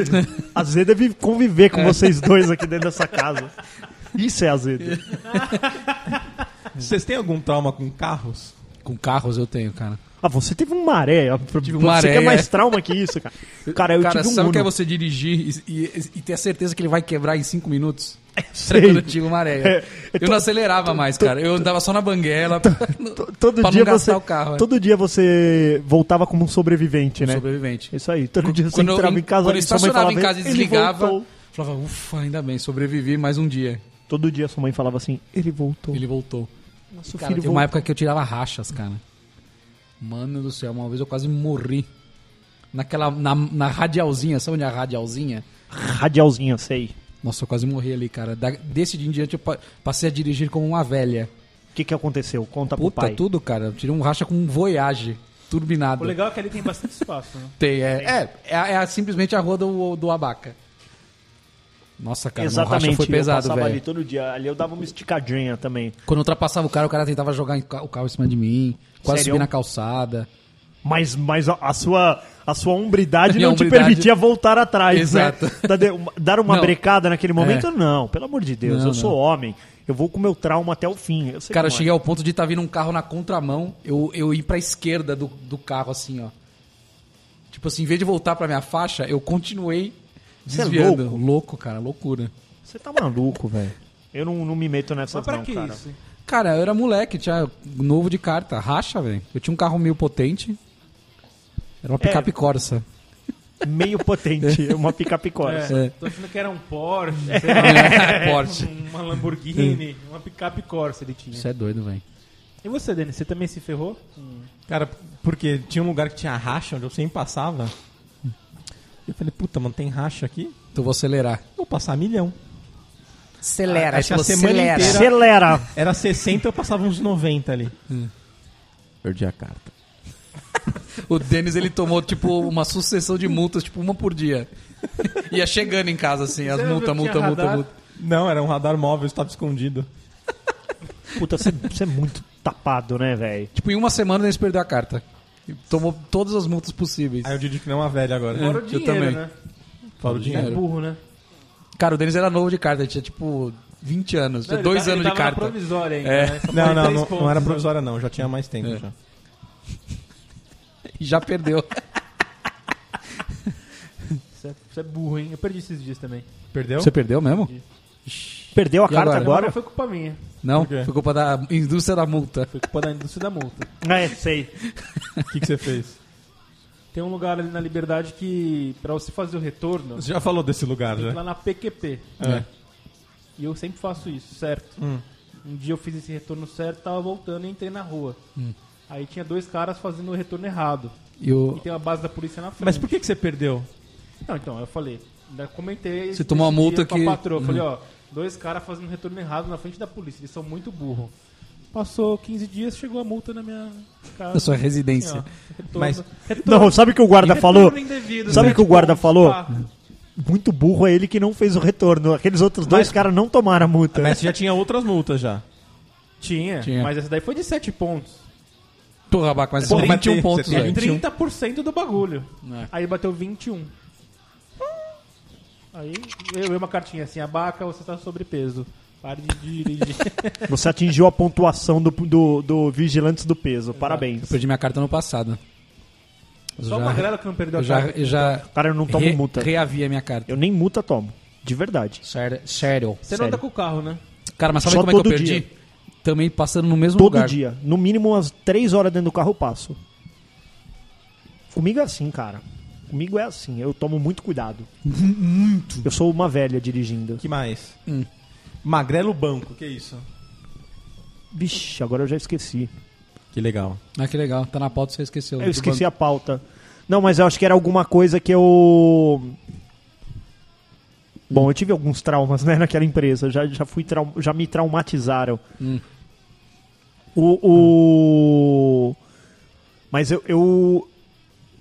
Speaker 5: Azedo é vi- conviver com vocês dois aqui dentro dessa casa. Isso é azedo.
Speaker 1: Vocês têm algum trauma com carros?
Speaker 4: Com carros eu tenho, cara.
Speaker 5: Ah, você teve um maré. ó, pra-
Speaker 4: Tive um
Speaker 5: você
Speaker 4: maré,
Speaker 5: quer mais
Speaker 4: é.
Speaker 5: trauma que isso, cara? Cara, eu
Speaker 4: cara,
Speaker 5: tive um
Speaker 4: sabe o que é
Speaker 5: Uno.
Speaker 4: você dirigir e, e- e ter a certeza que ele vai quebrar em cinco minutos?
Speaker 5: Sei.
Speaker 4: Quando eu tive uma areia.
Speaker 5: É, então-
Speaker 4: eu
Speaker 5: tô-
Speaker 4: não acelerava mais, cara. Eu andava só na banguela.
Speaker 5: To- Todo
Speaker 4: pra
Speaker 5: dia
Speaker 4: não gastar
Speaker 5: você,
Speaker 4: o carro, é.
Speaker 5: todo dia você voltava como um sobrevivente, né?
Speaker 4: Sobrevivente.
Speaker 5: Isso aí. Todo dia você
Speaker 4: quando eu,
Speaker 5: entrava em casa
Speaker 4: quando eu
Speaker 5: e sua mãe
Speaker 4: estacionava
Speaker 5: falava,
Speaker 4: em casa e
Speaker 5: "Ele
Speaker 4: desligava,
Speaker 5: voltou."
Speaker 4: falava, ufa, ainda bem, sobrevivi mais um dia.
Speaker 5: Todo dia sua mãe falava assim, ele voltou.
Speaker 4: Ele voltou.
Speaker 5: Nosso
Speaker 4: Tipo, Cara,
Speaker 5: filho
Speaker 4: teve uma
Speaker 5: voltou.
Speaker 4: época que eu tirava rachas, cara. Mano do céu, uma vez eu quase morri. Naquela, na, na radialzinha, sabe onde é a radialzinha?
Speaker 5: Radialzinha, sei.
Speaker 4: Nossa, eu quase morri ali, cara. Da- desse dia em diante eu pa- passei a dirigir como uma velha.
Speaker 5: O que, que aconteceu? Conta pro
Speaker 4: Puta,
Speaker 5: pai.
Speaker 4: tudo, cara. Eu tirei um racha com um Voyage, turbinado.
Speaker 3: O legal é que ali tem bastante espaço, né?
Speaker 4: Tem, é, é, é, a- é a- simplesmente a rua do, do Abaca. Nossa, cara, meu racha
Speaker 5: Exatamente.
Speaker 4: foi
Speaker 5: eu
Speaker 4: pesado,
Speaker 5: passava ali
Speaker 4: velho.
Speaker 5: todo dia. Ali eu dava uma esticadinha também.
Speaker 4: Quando eu ultrapassava o cara, o cara tentava jogar em ca- o carro em cima de mim. Quase
Speaker 5: Sério?
Speaker 4: subir na calçada.
Speaker 5: Mas, mas a, a sua a sua hombridade
Speaker 4: Minha
Speaker 5: não te
Speaker 4: hombridade-
Speaker 5: permitia voltar atrás,
Speaker 4: Exato.
Speaker 5: né? Dar de- uma- Dar uma
Speaker 4: Não. É.
Speaker 5: brecada naquele momento? Não, pelo amor de Deus.
Speaker 4: Não,
Speaker 5: eu sou
Speaker 4: não.
Speaker 5: homem. Eu vou com meu trauma até o fim. Eu sei
Speaker 4: Cara, eu
Speaker 5: como é.
Speaker 4: cheguei ao ponto de estar vindo um carro na contramão, eu, eu ir pra esquerda do, do carro, assim, ó. Tipo assim, em vez de voltar pra minha faixa, eu continuei
Speaker 5: Você é
Speaker 4: desviando.
Speaker 5: louco?
Speaker 4: cara, loucura.
Speaker 5: Você tá maluco, velho. Eu não, não me meto nessa
Speaker 3: Mas pra
Speaker 5: não,
Speaker 3: que
Speaker 5: cara.
Speaker 3: isso?
Speaker 4: Cara, eu era moleque, tinha novo de carta, racha, velho. Eu tinha um carro meio potente. Era uma picape Corsa.
Speaker 5: Meio potente, uma picape Corsa.
Speaker 3: É. Tô achando que era um Porsche, sei
Speaker 4: Porsche.
Speaker 3: lá, uma Lamborghini, uma picape Corsa ele tinha.
Speaker 4: Isso é doido, velho.
Speaker 3: E você, Denis, você também se ferrou?
Speaker 1: Cara, porque tinha um lugar que tinha racha onde eu sempre passava. E eu falei, puta, mano, tem racha aqui?
Speaker 4: Então vou acelerar.
Speaker 1: Vou passar milhão.
Speaker 2: Acelera,
Speaker 1: Acho que a
Speaker 2: tipo,
Speaker 1: semana
Speaker 2: acelera.
Speaker 3: É.
Speaker 1: inteira-
Speaker 5: Acelera!
Speaker 1: Era 60, eu passava uns 90 ali. Perdi a carta.
Speaker 4: O Denis, ele tomou, tipo, uma sucessão de multas, tipo, uma por dia. Ia chegando em casa, assim, as
Speaker 3: Você não
Speaker 4: multas,
Speaker 3: tinha
Speaker 4: multa, multa,
Speaker 3: radar?
Speaker 4: multa.
Speaker 1: Não, era um radar móvel, estava escondido.
Speaker 5: Puta, você, você é muito tapado, né, velho?
Speaker 4: Tipo, em uma semana o Denis perdeu a carta. E tomou todas as multas possíveis.
Speaker 1: Aí eu digo que não é uma velha agora.
Speaker 3: Fora o
Speaker 4: Eu
Speaker 3: dinheiro,
Speaker 4: também.
Speaker 3: né?
Speaker 1: Fala o dinheiro.
Speaker 3: É burro, né?
Speaker 4: Cara, o Denis era novo de carta, ele tinha tipo 20 anos, tinha
Speaker 3: Não, ele
Speaker 4: dois
Speaker 3: tá- ele
Speaker 4: anos de
Speaker 3: tava na
Speaker 4: carta.
Speaker 3: provisória ainda,
Speaker 4: É.
Speaker 3: né? Só
Speaker 1: Não,
Speaker 3: foi
Speaker 1: não,
Speaker 3: três
Speaker 1: não,
Speaker 3: pontos,
Speaker 1: não era
Speaker 3: né?
Speaker 1: provisória não, já tinha mais tempo
Speaker 4: É.
Speaker 1: já.
Speaker 4: E já perdeu.
Speaker 3: Isso é, isso é burro, hein? Eu perdi esses dias também.
Speaker 1: Perdeu?
Speaker 4: Você perdeu mesmo?
Speaker 5: Perdeu a
Speaker 4: E
Speaker 5: carta
Speaker 4: agora?
Speaker 3: Agora
Speaker 5: agora?
Speaker 3: foi culpa minha.
Speaker 4: Não,
Speaker 1: Por quê?
Speaker 4: foi culpa da indústria da multa.
Speaker 3: Foi culpa da indústria da multa.
Speaker 5: É, sei.
Speaker 1: O que, que você fez?
Speaker 3: Tem um lugar ali na Liberdade que, pra você fazer o retorno,
Speaker 1: Você já falou desse lugar,
Speaker 3: tem que ir
Speaker 1: já?
Speaker 3: lá na PQP.
Speaker 1: É.
Speaker 3: E eu sempre faço isso, certo?
Speaker 4: Hum.
Speaker 3: Um dia eu fiz esse retorno certo, tava voltando e entrei na rua.
Speaker 4: Hum.
Speaker 3: Aí tinha dois caras fazendo o retorno errado.
Speaker 4: E o...
Speaker 3: E tem uma base da polícia na frente.
Speaker 1: Mas por que, que você perdeu?
Speaker 3: Não, então, eu falei, ainda comentei.
Speaker 4: Você tomou uma
Speaker 3: esse dia
Speaker 4: multa
Speaker 3: com a
Speaker 4: que-
Speaker 3: patroa. Eu Falei,
Speaker 4: Uhum.
Speaker 3: ó, dois caras fazendo retorno errado na frente da polícia, eles são muito burros. Passou 15 dias, chegou a multa na minha casa. Assim,
Speaker 4: Na sua residência.
Speaker 3: retorno,
Speaker 1: Mas-
Speaker 5: Não, sabe o que o guarda
Speaker 3: retorno
Speaker 5: falou?
Speaker 3: indevido,
Speaker 5: Sabe
Speaker 3: né?
Speaker 5: o que o
Speaker 4: Tipo,
Speaker 5: guarda falou?
Speaker 3: pá,
Speaker 5: Muito burro é ele que não fez o retorno. Aqueles outros dois caras não tomaram a multa.
Speaker 1: Mas você já tinha outras multas já.
Speaker 3: tinha,
Speaker 4: Tinha.
Speaker 3: mas essa daí foi de 7 pontos.
Speaker 4: Porra, Baco, mas são
Speaker 1: Porra, mas
Speaker 4: 21
Speaker 1: tem-
Speaker 4: pontos,
Speaker 3: É
Speaker 1: você tem
Speaker 4: velho.
Speaker 3: 30% do bagulho.
Speaker 4: um É.
Speaker 3: Aí bateu 21. Aí eu dei uma cartinha assim, abaca, você tá sobrepeso. Pare de dirigir.
Speaker 5: Você atingiu a pontuação do, do, do Vigilantes do Peso. Parabéns.
Speaker 4: Eu perdi minha carta no passado. Eu
Speaker 3: Só
Speaker 4: já-
Speaker 3: o Magrelo que não perdeu a
Speaker 4: Eu já,
Speaker 3: carta.
Speaker 4: eu já
Speaker 5: Cara, eu não tomo
Speaker 4: re-
Speaker 5: multa.
Speaker 4: reavi a minha carta.
Speaker 5: Eu nem multa tomo. De verdade.
Speaker 4: Sério. Sério.
Speaker 3: Você
Speaker 5: Sério.
Speaker 3: não anda com o carro, né?
Speaker 4: Cara, mas sabe
Speaker 5: Só
Speaker 4: como é que eu
Speaker 5: todo
Speaker 4: perdi?
Speaker 5: dia.
Speaker 4: Também passando no mesmo
Speaker 5: Todo
Speaker 4: lugar.
Speaker 5: dia. No mínimo umas três horas dentro do carro eu passo. Comigo é assim, cara. Comigo é assim. Eu tomo muito cuidado. Muito. Eu sou uma velha dirigindo.
Speaker 1: que mais? Magrelo Banco, que é isso?
Speaker 5: Vixe, agora eu já esqueci.
Speaker 1: Que legal.
Speaker 4: Ah, que legal. Tá na pauta, você esqueceu.
Speaker 5: Eu esqueci a pauta. Não, mas eu acho que era alguma coisa que eu. Bom, eu tive alguns traumas, né, naquela empresa. Já, já, fui trau- já me traumatizaram.
Speaker 4: Hum.
Speaker 5: O, o- Mas eu, eu-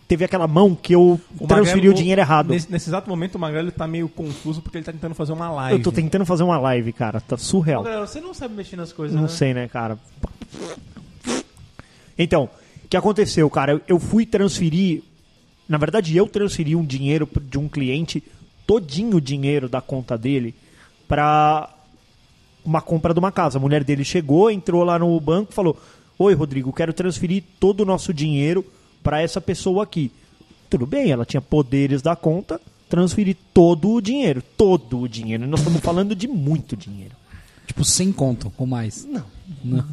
Speaker 5: Teve aquela mão que eu transferi o
Speaker 1: Magrelo-
Speaker 5: dinheiro errado.
Speaker 1: Nesse, nesse exato momento, o Magrelo tá meio confuso porque ele tá tentando fazer uma live.
Speaker 5: Eu tô tentando fazer uma live, cara. Tá surreal.
Speaker 3: Magrelo, você não sabe mexer nas coisas,
Speaker 5: Não
Speaker 3: né?
Speaker 5: sei, né, cara? Então, o que aconteceu, cara? Eu- Eu fui transferir. Na verdade, eu transferi um dinheiro pro- de um cliente, todinho o dinheiro da conta dele, pra uma compra de uma casa. A mulher dele chegou, entrou lá no banco e falou: Oi, Rodrigo, quero transferir todo o nosso dinheiro pra essa pessoa aqui. Tudo bem, ela tinha poderes da conta, transferi todo o dinheiro. Todo o dinheiro. Nós estamos falando de muito dinheiro.
Speaker 4: Tipo, 100 conto ou mais.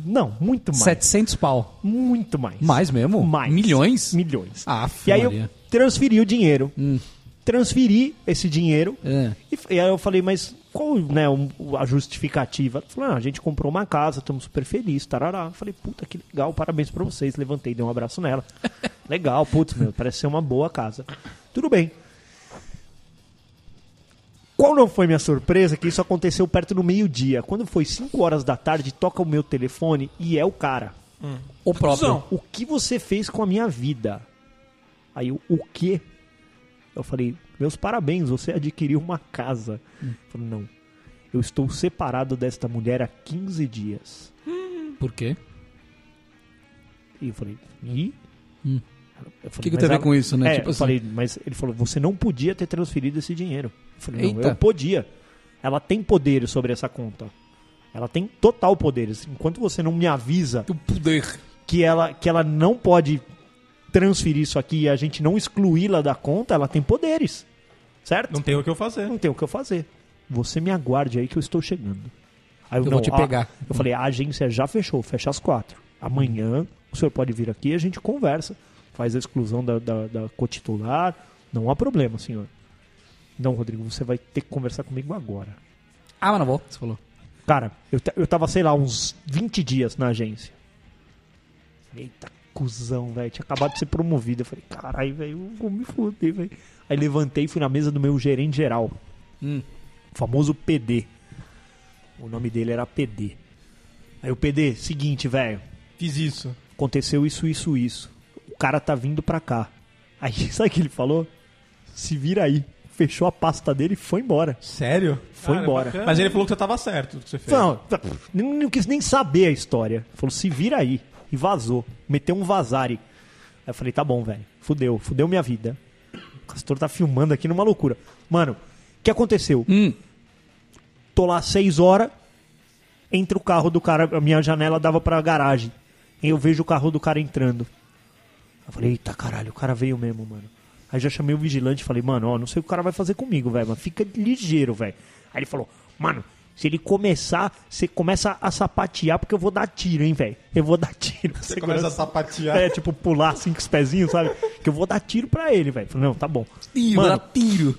Speaker 5: Não, muito mais.
Speaker 4: 700 pau.
Speaker 5: Muito mais.
Speaker 4: Mais mesmo?
Speaker 5: Mais.
Speaker 4: Milhões?
Speaker 5: Milhões.
Speaker 4: Ah,
Speaker 5: e aí eu
Speaker 4: Maria.
Speaker 5: transferi o dinheiro.
Speaker 4: Hum.
Speaker 5: Transferi esse dinheiro.
Speaker 4: É.
Speaker 5: E, f- e aí eu falei, mas qual né, um- a justificativa? Ela falou, ah, a gente comprou uma casa, estamos super felizes, tarará. Eu falei, puta, que legal, parabéns pra vocês. Levantei, dei um abraço nela. legal, putz, meu, parece ser uma boa casa. Tudo bem. Qual não foi minha surpresa que isso aconteceu perto do meio-dia. Quando foi 5 horas da tarde, toca o meu telefone e é o cara
Speaker 4: O próprio.
Speaker 5: o que você fez com a minha vida? Aí eu, o quê? Eu falei, meus parabéns, você adquiriu uma casa.
Speaker 4: Hum.
Speaker 5: Ele falou, não, eu estou separado desta mulher há 15 dias.
Speaker 4: Por quê?
Speaker 5: E eu falei, e?
Speaker 4: Hum.
Speaker 5: Eu
Speaker 4: O
Speaker 5: falei,
Speaker 4: que, que
Speaker 5: "Mas
Speaker 4: tem a ver
Speaker 5: ela-
Speaker 4: com isso, né?
Speaker 5: É,
Speaker 4: tipo
Speaker 5: eu
Speaker 4: assim,
Speaker 5: falei, mas ele falou, você não podia ter transferido esse dinheiro. Eu falei, não,
Speaker 4: Eita.
Speaker 5: eu podia. Ela tem poder sobre essa conta. Ela tem total poderes. Enquanto você não me avisa
Speaker 4: o poder.
Speaker 5: que ela, que ela não pode transferir isso aqui e a gente não excluí-la da conta, ela tem poderes. Certo?
Speaker 1: Não tem o que eu fazer.
Speaker 5: Não tem o que eu fazer. Você me aguarde aí que eu estou chegando. Aí
Speaker 4: Eu vou te
Speaker 5: a-
Speaker 4: pegar.
Speaker 5: eu falei, a agência já fechou, fecha às quatro. Amanhã o senhor pode vir aqui e a gente conversa. Faz a exclusão da, da, da cotitular. Não há problema, senhor. Não, Rodrigo, você vai ter que conversar comigo agora.
Speaker 4: Ah, mas não vou. Você falou.
Speaker 5: Cara, eu, ta- eu tava, sei lá, uns 20 dias na agência. Eita, cuzão, velho. Tinha acabado de ser promovido. Eu falei, caralho, velho, eu vou me foder, velho. Aí levantei e fui na mesa do meu gerente geral.
Speaker 4: Hum.
Speaker 5: O famoso PD. O nome dele era PD. Aí o PD, seguinte, velho.
Speaker 1: Fiz isso.
Speaker 5: Aconteceu isso, isso, isso. O cara tá vindo pra cá. Aí, sabe o que ele falou? Se vira aí. Fechou a pasta dele e foi embora.
Speaker 1: Sério?
Speaker 5: Foi
Speaker 3: Cara,
Speaker 5: embora.
Speaker 3: bacana.
Speaker 1: Mas ele falou que você tava certo do que você fez.
Speaker 5: Não, tá- não, não quis nem saber a história. Falou, se vira aí. E vazou. Meteu um vazare. Aí eu falei, tá bom, velho. Fudeu, fudeu minha vida. O Castor tá filmando aqui numa loucura. Mano, o que aconteceu?
Speaker 4: Hum.
Speaker 5: Tô lá às seis horas, entra o carro do cara, a minha janela dava pra garagem. E eu vejo o carro do cara entrando. Eu falei, eita caralho, o cara veio mesmo, mano. Aí já chamei o vigilante e falei, mano, ó, não sei o que o cara vai fazer comigo, velho, mas fica ligeiro, velho. Aí ele falou, mano, se ele começar, você começa a sapatear porque eu vou dar tiro, hein, velho. Eu vou dar tiro. Você
Speaker 1: Começa a sapatear.
Speaker 5: É, tipo, pular assim com os pezinhos, sabe? Que eu vou dar tiro pra ele, velho. Falei, não, tá bom.
Speaker 4: Ih,
Speaker 5: Mano,
Speaker 4: dá tiro.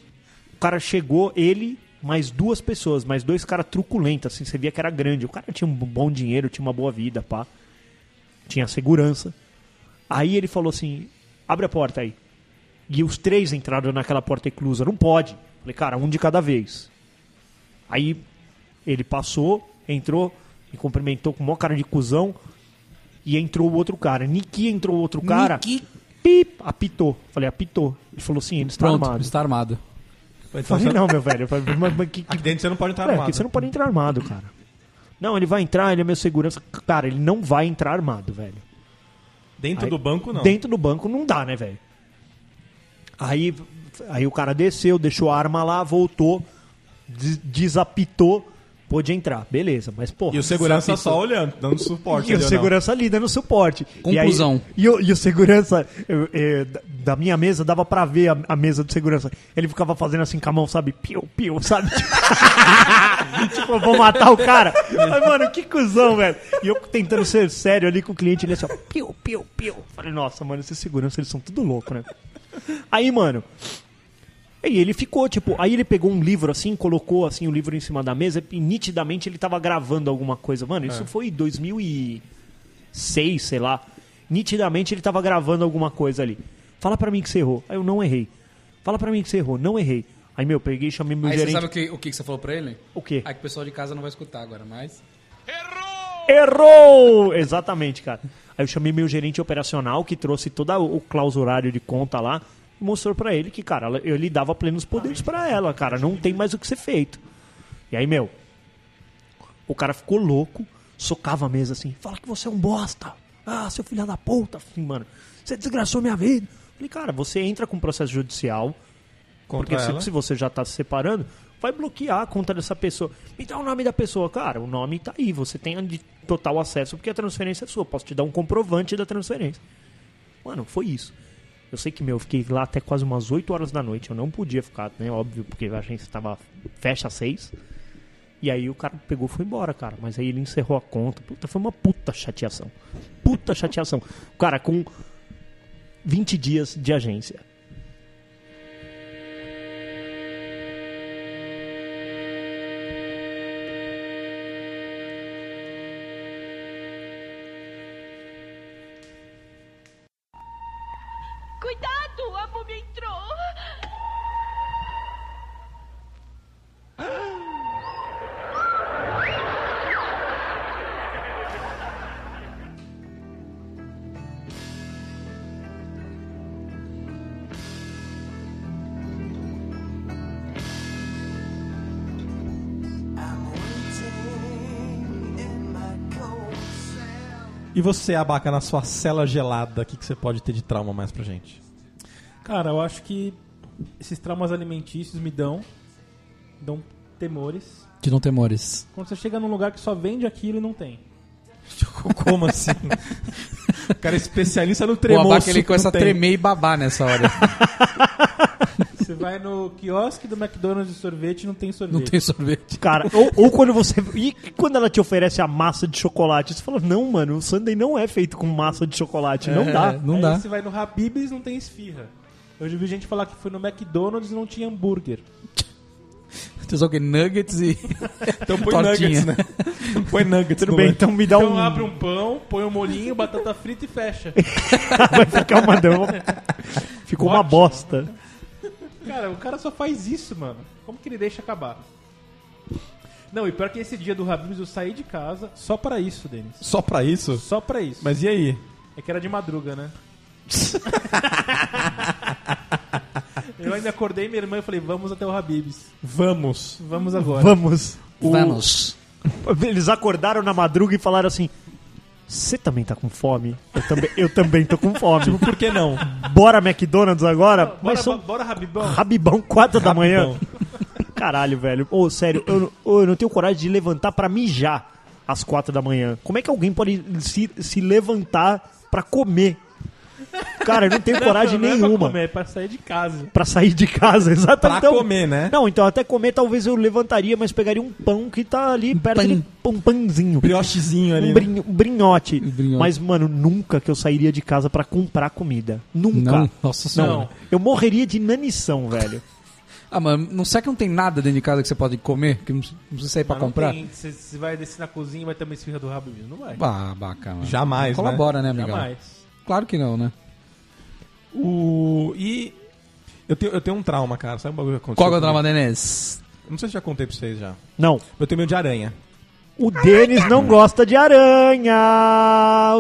Speaker 5: o cara chegou, ele, mais duas pessoas, mais dois caras truculentos, assim, você via que era grande. O cara tinha um bom dinheiro, tinha uma boa vida, pá. Tinha segurança. Aí ele falou assim: abre a porta aí. E os três entraram naquela porta eclusa. Não pode. Falei, cara, um de cada vez. Aí ele passou, entrou, me cumprimentou com o maior cara de cuzão. E entrou o outro cara. Niki entrou o outro cara.
Speaker 4: Niki.
Speaker 5: Pip, apitou. Falei, apitou. Ele falou assim, ele está
Speaker 4: Pronto,
Speaker 5: armado.
Speaker 4: está armado.
Speaker 5: Eu
Speaker 1: então,
Speaker 5: falei, não, meu velho. Eu falei, mas, mas que, que-
Speaker 1: Aqui dentro você não pode entrar
Speaker 5: é,
Speaker 1: armado.
Speaker 5: que você não pode entrar armado, cara. Não, ele vai entrar, ele é meu segurança. Cara, ele não vai entrar armado, velho.
Speaker 1: Dentro
Speaker 5: Aí-
Speaker 1: do banco, não.
Speaker 5: Dentro do banco não dá, né, velho? Aí, aí o cara desceu, deixou a arma lá, voltou, des- desapitou, pôde entrar. Beleza, mas porra.
Speaker 1: E o segurança só olhando, dando suporte.
Speaker 5: E o
Speaker 1: ali ou não.
Speaker 5: segurança ali dando suporte.
Speaker 4: Conclusão.
Speaker 5: E, aí- e o, e o segurança, eu- eh, da- da minha mesa, dava pra ver a, a mesa do segurança. Ele ficava fazendo assim com a mão, sabe? Piu, piu, sabe? tipo, eu vou matar o cara. Mas, mano, que cuzão, velho. E eu tentando ser sério ali com o cliente, ele assim, ó, piu, piu, piu. Falei, nossa, mano, esses seguranças, eles são tudo louco, né? Aí, mano, e ele ficou, tipo, aí ele pegou um livro assim, colocou assim o livro em cima da mesa e nitidamente ele tava gravando alguma coisa. Mano,
Speaker 4: É.
Speaker 5: isso foi em 2006, sei lá. Nitidamente ele tava gravando alguma coisa ali. Fala pra mim que você errou. Aí eu não errei. Fala pra mim que você errou, não errei. Aí, meu, peguei, chamei meu
Speaker 4: Aí você
Speaker 5: gerente.
Speaker 4: sabe o que, o que que você falou pra ele?
Speaker 5: O quê?
Speaker 4: Aí que o pessoal de casa não vai escutar agora, mas...
Speaker 5: Errou! Exatamente, cara. Aí eu chamei meu gerente operacional, que trouxe todo o clausurário de conta lá, e mostrou pra ele que, cara, ela- eu lhe dava plenos poderes pra ela, cara. Não tem mais o que ser feito. E aí, meu, o cara ficou louco, socava a mesa assim, fala que você é um bosta. Ah, seu filho da puta, assim, mano. Você desgraçou minha vida. Falei, cara, você entra com processo judicial,
Speaker 1: Contra
Speaker 5: porque se-
Speaker 1: ela.
Speaker 5: se você já tá se separando, vai bloquear a conta dessa pessoa. Me dá o nome da pessoa. Cara, o nome tá aí. Você tem de total acesso porque a transferência é sua. Posso te dar um comprovante da transferência. Mano, foi isso. Eu sei que, meu, eu fiquei lá até quase umas 8 horas da noite. Eu não podia ficar, né? Óbvio, porque a gente tava. Fecha às 6. E aí o cara pegou e foi embora, cara. Mas aí ele encerrou a conta. Puta, foi uma puta chateação. Puta chateação. Cara, com 20 dias de agência.
Speaker 6: Cuidado, a múmia entrou.
Speaker 1: E você, Abaca, na sua cela gelada, o que, que você pode ter de trauma mais pra gente?
Speaker 3: Cara, eu acho que esses traumas alimentícios me dão. Dão temores.
Speaker 4: De não temores.
Speaker 3: Quando você chega num lugar que só vende aquilo e não tem.
Speaker 1: Como assim? o cara é especialista no
Speaker 4: O
Speaker 1: tremoço.
Speaker 4: Abaca, ele
Speaker 1: que
Speaker 4: começa a
Speaker 1: não tem.
Speaker 4: tremer e babar nessa hora.
Speaker 3: Você vai no quiosque do McDonald's de sorvete e não tem sorvete.
Speaker 4: não tem sorvete.
Speaker 5: Cara, ou, ou quando você. E quando ela te oferece a massa de chocolate, você fala: Não, mano, o sundae não é feito com massa de chocolate. Não
Speaker 4: É,
Speaker 5: dá.
Speaker 4: não
Speaker 3: Aí
Speaker 4: dá.
Speaker 3: você vai no Habib's não tem esfirra. Eu já vi gente falar que foi no McDonald's e não tinha hambúrguer.
Speaker 4: Tem só o quê? Nuggets e...
Speaker 1: Então põe
Speaker 4: Tortinha.
Speaker 1: nuggets, né? Põe nuggets
Speaker 5: Tudo
Speaker 1: no
Speaker 5: bem,
Speaker 1: lanche.
Speaker 5: então me dá
Speaker 3: Então
Speaker 5: um.
Speaker 3: abre um pão, põe um molinho, batata frita e fecha.
Speaker 5: Vai ficar uma dama. Ficou uma
Speaker 3: Ótimo.
Speaker 5: bosta.
Speaker 3: Cara, o cara só faz isso, mano. Como que ele deixa acabar? Não, e pior que esse dia do Habib's eu saí de casa só pra isso, Denis.
Speaker 1: Só pra isso?
Speaker 3: Só pra isso.
Speaker 1: Mas e aí?
Speaker 4: Um
Speaker 3: É que era de madruga, né? eu ainda acordei minha irmã e falei, vamos até o Habib's.
Speaker 1: Vamos.
Speaker 3: Vamos agora.
Speaker 5: Vamos. O-
Speaker 4: Vamos.
Speaker 5: Eles acordaram na madruga e falaram assim: Você também tá com fome? Eu também, eu também tô com fome.
Speaker 1: Por que não?
Speaker 5: Bora McDonald's agora?
Speaker 3: Bora,
Speaker 5: Mas são
Speaker 3: bora Rabibão.
Speaker 5: Rabibão, 4 da manhã. Caralho, velho. Ô, sério, eu, não- ô, eu não tenho coragem de levantar pra mijar às quatro da manhã. Como é que alguém pode se, se levantar pra comer? Cara, eu não tenho coragem
Speaker 3: Não, não é pra
Speaker 5: nenhuma.
Speaker 3: comer, é pra sair de casa.
Speaker 5: Pra sair de casa,
Speaker 1: Pra
Speaker 5: exatamente.
Speaker 1: comer, né?
Speaker 5: Não, então até comer talvez eu levantaria, mas pegaria um pão que tá ali perto
Speaker 4: pão.
Speaker 5: de um pãozinho.
Speaker 1: Briochezinho ali. né?
Speaker 5: Um, brin- um brinhote.
Speaker 4: brinhote.
Speaker 5: Mas, mano, nunca que eu sairia de casa pra comprar comida. Nunca.
Speaker 4: Não, nossa senhora.
Speaker 3: Não.
Speaker 5: Eu morreria de inanição, velho.
Speaker 4: Ah, mas não será que não tem nada dentro de casa que você pode comer? Que não não precisa sair pra
Speaker 3: Mas não
Speaker 4: comprar?
Speaker 3: tem- Você você vai descer na cozinha e vai ter uma esfirra do rabo mesmo. Não vai.
Speaker 4: Ah, bacana.
Speaker 1: Jamais, né?
Speaker 4: Colabora, né, amigão?
Speaker 3: Jamais.
Speaker 4: Claro que não, né?
Speaker 1: O... E eu tenho, eu tenho um trauma, cara. Sabe um bagulho que aconteceu?
Speaker 4: Qual que é o
Speaker 1: comigo?
Speaker 4: drama, Denise?
Speaker 1: Não sei se já contei pra vocês já.
Speaker 5: Não.
Speaker 1: Eu tenho medo de aranha.
Speaker 5: O Denis não gosta de aranha.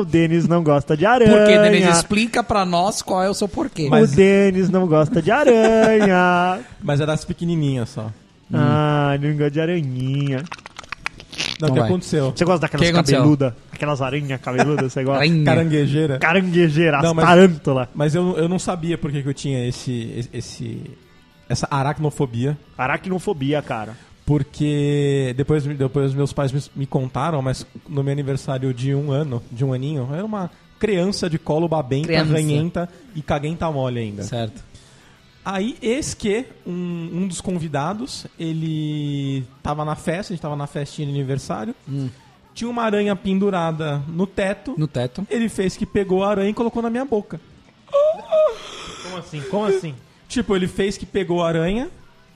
Speaker 5: O Denis não gosta de aranha.
Speaker 4: Por quê, Denise? né? Explica pra nós qual é o seu porquê.
Speaker 5: O Denis não gosta de aranha.
Speaker 1: Mas era as pequenininhas só.
Speaker 4: Hum.
Speaker 5: ah, ele não gosta de aranhinha.
Speaker 1: Não, o
Speaker 4: Então
Speaker 1: que
Speaker 4: vai.
Speaker 1: aconteceu?
Speaker 5: Você gosta daquelas
Speaker 4: Que que aconteceu?
Speaker 5: cabeludas? Aquelas aranhas cabeludas, você gosta?
Speaker 4: Rainha.
Speaker 1: Caranguejeira.
Speaker 5: Caranguejeiras,
Speaker 1: Não, mas-
Speaker 5: tarântula.
Speaker 1: Mas eu, eu não sabia por que, que eu tinha esse, esse... Essa aracnofobia.
Speaker 5: Aracnofobia, cara.
Speaker 1: Porque depois, depois meus pais me, me contaram, mas no meu aniversário de um ano, de um aninho, eu era uma criança de colo babenta,
Speaker 4: Criança.
Speaker 1: ranhenta e caguenta mole ainda.
Speaker 4: Certo.
Speaker 1: Aí, eis que um, um dos convidados, ele tava na festa, a gente tava na festinha de aniversário,
Speaker 4: Hum.
Speaker 1: tinha uma aranha pendurada no teto,
Speaker 4: No teto.
Speaker 1: ele fez que pegou a aranha e colocou na minha boca.
Speaker 3: Como assim? Como assim?
Speaker 1: Tipo, ele fez que pegou a aranha,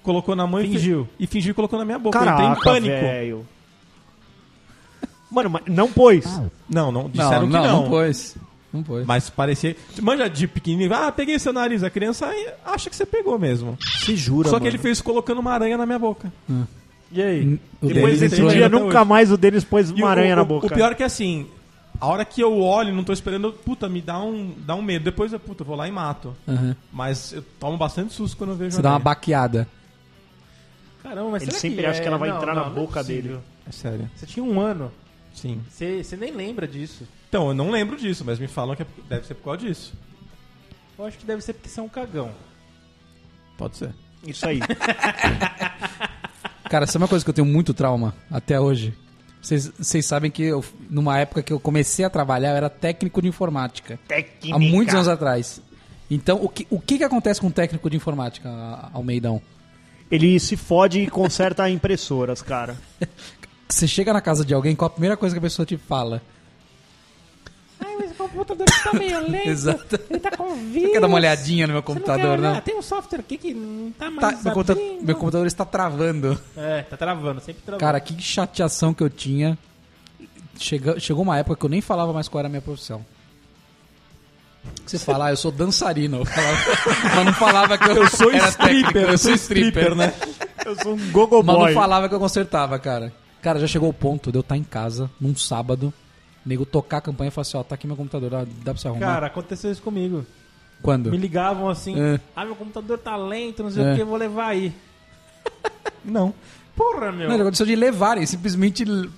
Speaker 1: colocou na mão e
Speaker 3: Fingiu.
Speaker 1: fe- e fingiu e colocou na minha boca. eu entrei em
Speaker 5: Caraca,
Speaker 1: pânico.
Speaker 5: velho. Mano, mas não pôs.
Speaker 1: Não, não, disseram
Speaker 4: não,
Speaker 1: que
Speaker 4: não,
Speaker 1: não.
Speaker 4: pôs. Não pôs.
Speaker 1: Mas parecia. Manja de pequenininho. Ah, peguei seu nariz. A criança aí acha que você pegou mesmo.
Speaker 5: Se jura,
Speaker 1: Só
Speaker 5: mano.
Speaker 1: que ele fez colocando uma aranha na minha boca.
Speaker 3: E aí?
Speaker 4: O
Speaker 1: Depois
Speaker 4: Denis
Speaker 1: desse
Speaker 4: entrou
Speaker 5: Um
Speaker 1: Mas
Speaker 5: dia
Speaker 1: até
Speaker 5: nunca
Speaker 1: hoje.
Speaker 5: mais o Denis pôs
Speaker 1: E
Speaker 5: uma aranha
Speaker 1: o,
Speaker 5: na
Speaker 1: o-
Speaker 5: boca.
Speaker 1: O pior é que assim, a hora que eu olho, não tô esperando, puta, me dá um, dá um medo. Depois eu, puta, eu vou lá e mato.
Speaker 4: Aham.
Speaker 1: Mas eu tomo bastante susto quando eu vejo
Speaker 4: Você dá uma
Speaker 1: aranha.
Speaker 4: baqueada.
Speaker 3: Caramba, mas
Speaker 5: Ele
Speaker 3: será
Speaker 5: sempre
Speaker 3: que
Speaker 5: acha que ela vai
Speaker 3: Não,
Speaker 5: entrar
Speaker 3: não,
Speaker 5: na
Speaker 3: não é
Speaker 5: boca
Speaker 3: possível.
Speaker 1: É sério.
Speaker 3: Você tinha um ano.
Speaker 1: Sim.
Speaker 3: Você, você nem lembra disso.
Speaker 1: Então, eu não lembro disso, mas me falam que é- deve ser por causa disso.
Speaker 3: Eu acho que deve ser porque você é um cagão.
Speaker 1: Pode ser.
Speaker 5: Isso aí.
Speaker 4: Cara, sabe uma coisa que eu tenho muito trauma até hoje? Vocês vocês sabem que eu, numa época que eu comecei a trabalhar, eu era técnico de informática.
Speaker 5: Técnica.
Speaker 4: Há muitos anos atrás. Então, o que, o que, que acontece com um técnico de informática, a- Almeidão?
Speaker 5: Ele se fode e conserta impressoras, cara.
Speaker 4: Você chega na casa de alguém, qual a primeira coisa que a pessoa te fala?
Speaker 3: Ai, mas o computador tá meio lento.
Speaker 4: Exato.
Speaker 3: Ele tá com
Speaker 4: Você
Speaker 3: vírus.
Speaker 4: quer dar uma olhadinha no meu computador, né?
Speaker 3: Tem um software aqui que não tá
Speaker 4: Tá,
Speaker 3: mais
Speaker 4: meu, computa- meu computador está travando.
Speaker 3: É, tá travando, sempre travando.
Speaker 4: Cara, que chateação que eu tinha. Chega- chegou uma época que eu nem falava mais qual era a minha profissão. Você fala, ah, eu sou dançarino. Eu falava- mas não falava que eu, eu sou era técnico, eu sou stripper, né?
Speaker 5: Eu sou um gogo
Speaker 4: Mas não
Speaker 5: boy.
Speaker 4: falava que eu consertava, cara. Cara, já chegou o ponto de eu estar em casa, num sábado, nego tocar a campanha e falar assim, ó, tá aqui meu computador, dá, dá pra você arrumar?
Speaker 3: Cara, aconteceu isso comigo.
Speaker 4: Quando?
Speaker 3: Me ligavam assim,
Speaker 4: É.
Speaker 3: ah, meu computador tá lento, não sei
Speaker 4: É.
Speaker 3: o que, eu vou levar aí.
Speaker 1: Não.
Speaker 3: Porra, meu.
Speaker 4: Não, já aconteceu de levarem, simplesmente o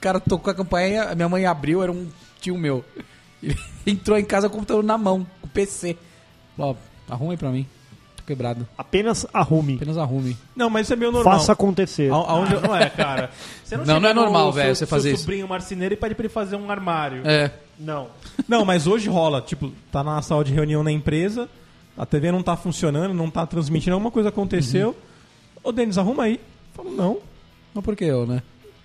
Speaker 4: cara tocou a campanha, a minha mãe abriu, era um tio meu. Ele entrou em casa com o computador na mão, com o PC. Falou, ó, arruma aí pra mim. Tô quebrado.
Speaker 5: Apenas arrume.
Speaker 4: Apenas arrume.
Speaker 1: Não, mas isso é meio normal.
Speaker 5: Faça acontecer.
Speaker 1: A- aonde eu-
Speaker 3: Não é, cara. Você
Speaker 4: Não,
Speaker 3: chega
Speaker 4: não é
Speaker 3: no
Speaker 4: normal,
Speaker 3: seu-
Speaker 4: velho, você fazer
Speaker 3: seu
Speaker 4: isso.
Speaker 3: sobrinho marceneiro e pede pra ele fazer um armário.
Speaker 4: É.
Speaker 5: Não.
Speaker 1: Não, mas hoje rola. Tipo, tá na sala de reunião na empresa, a TV não tá funcionando, não tá transmitindo, alguma coisa aconteceu. Ô, Denis, arruma aí. Eu falo, não.
Speaker 4: Mas por que eu, né?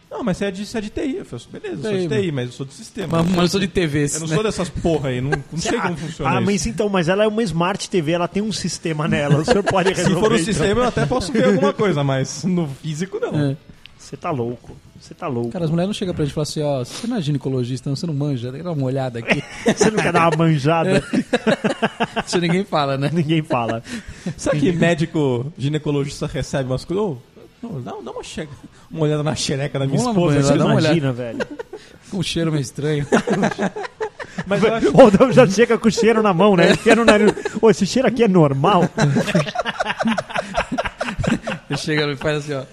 Speaker 1: Não, mas você é de, você é de TI. Eu falo, beleza, eu sou
Speaker 4: TI,
Speaker 1: de TI, mas eu sou do sistema.
Speaker 4: Mas, mas eu sou de TV,
Speaker 1: Eu não
Speaker 4: né?
Speaker 1: sou dessas porra aí, não, não sei como funciona
Speaker 5: Ah,
Speaker 1: isso.
Speaker 5: mas então, mas ela é uma Smart TV, ela tem um sistema nela. O senhor pode resolver.
Speaker 1: Se for o
Speaker 5: então.
Speaker 1: sistema, eu até posso ver alguma coisa, mas no físico não.
Speaker 4: É.
Speaker 5: Você tá louco. Você tá louco.
Speaker 4: Cara, as mulheres não chegam pra gente e falam assim, ó, você não é ginecologista, não, você não manja, dá uma olhada aqui.
Speaker 5: Você não quer dar uma manjada?
Speaker 4: Isso ninguém fala, né?
Speaker 5: Ninguém fala.
Speaker 1: Será que médico ginecologista recebe umas coisas? Ô, não, dá, dá uma, che... uma olhada na xereca da minha
Speaker 4: Vamos lá no
Speaker 1: esposa.
Speaker 4: banheiro,
Speaker 5: Você
Speaker 4: dá uma
Speaker 5: imagina, velho.
Speaker 4: Com um cheiro meio estranho.
Speaker 3: Mas eu acho,
Speaker 5: O Aldão já chega com o cheiro na mão, né? Ele quer no nariz. Ô, esse cheiro aqui é normal?
Speaker 4: Ele chega e faz assim, ó.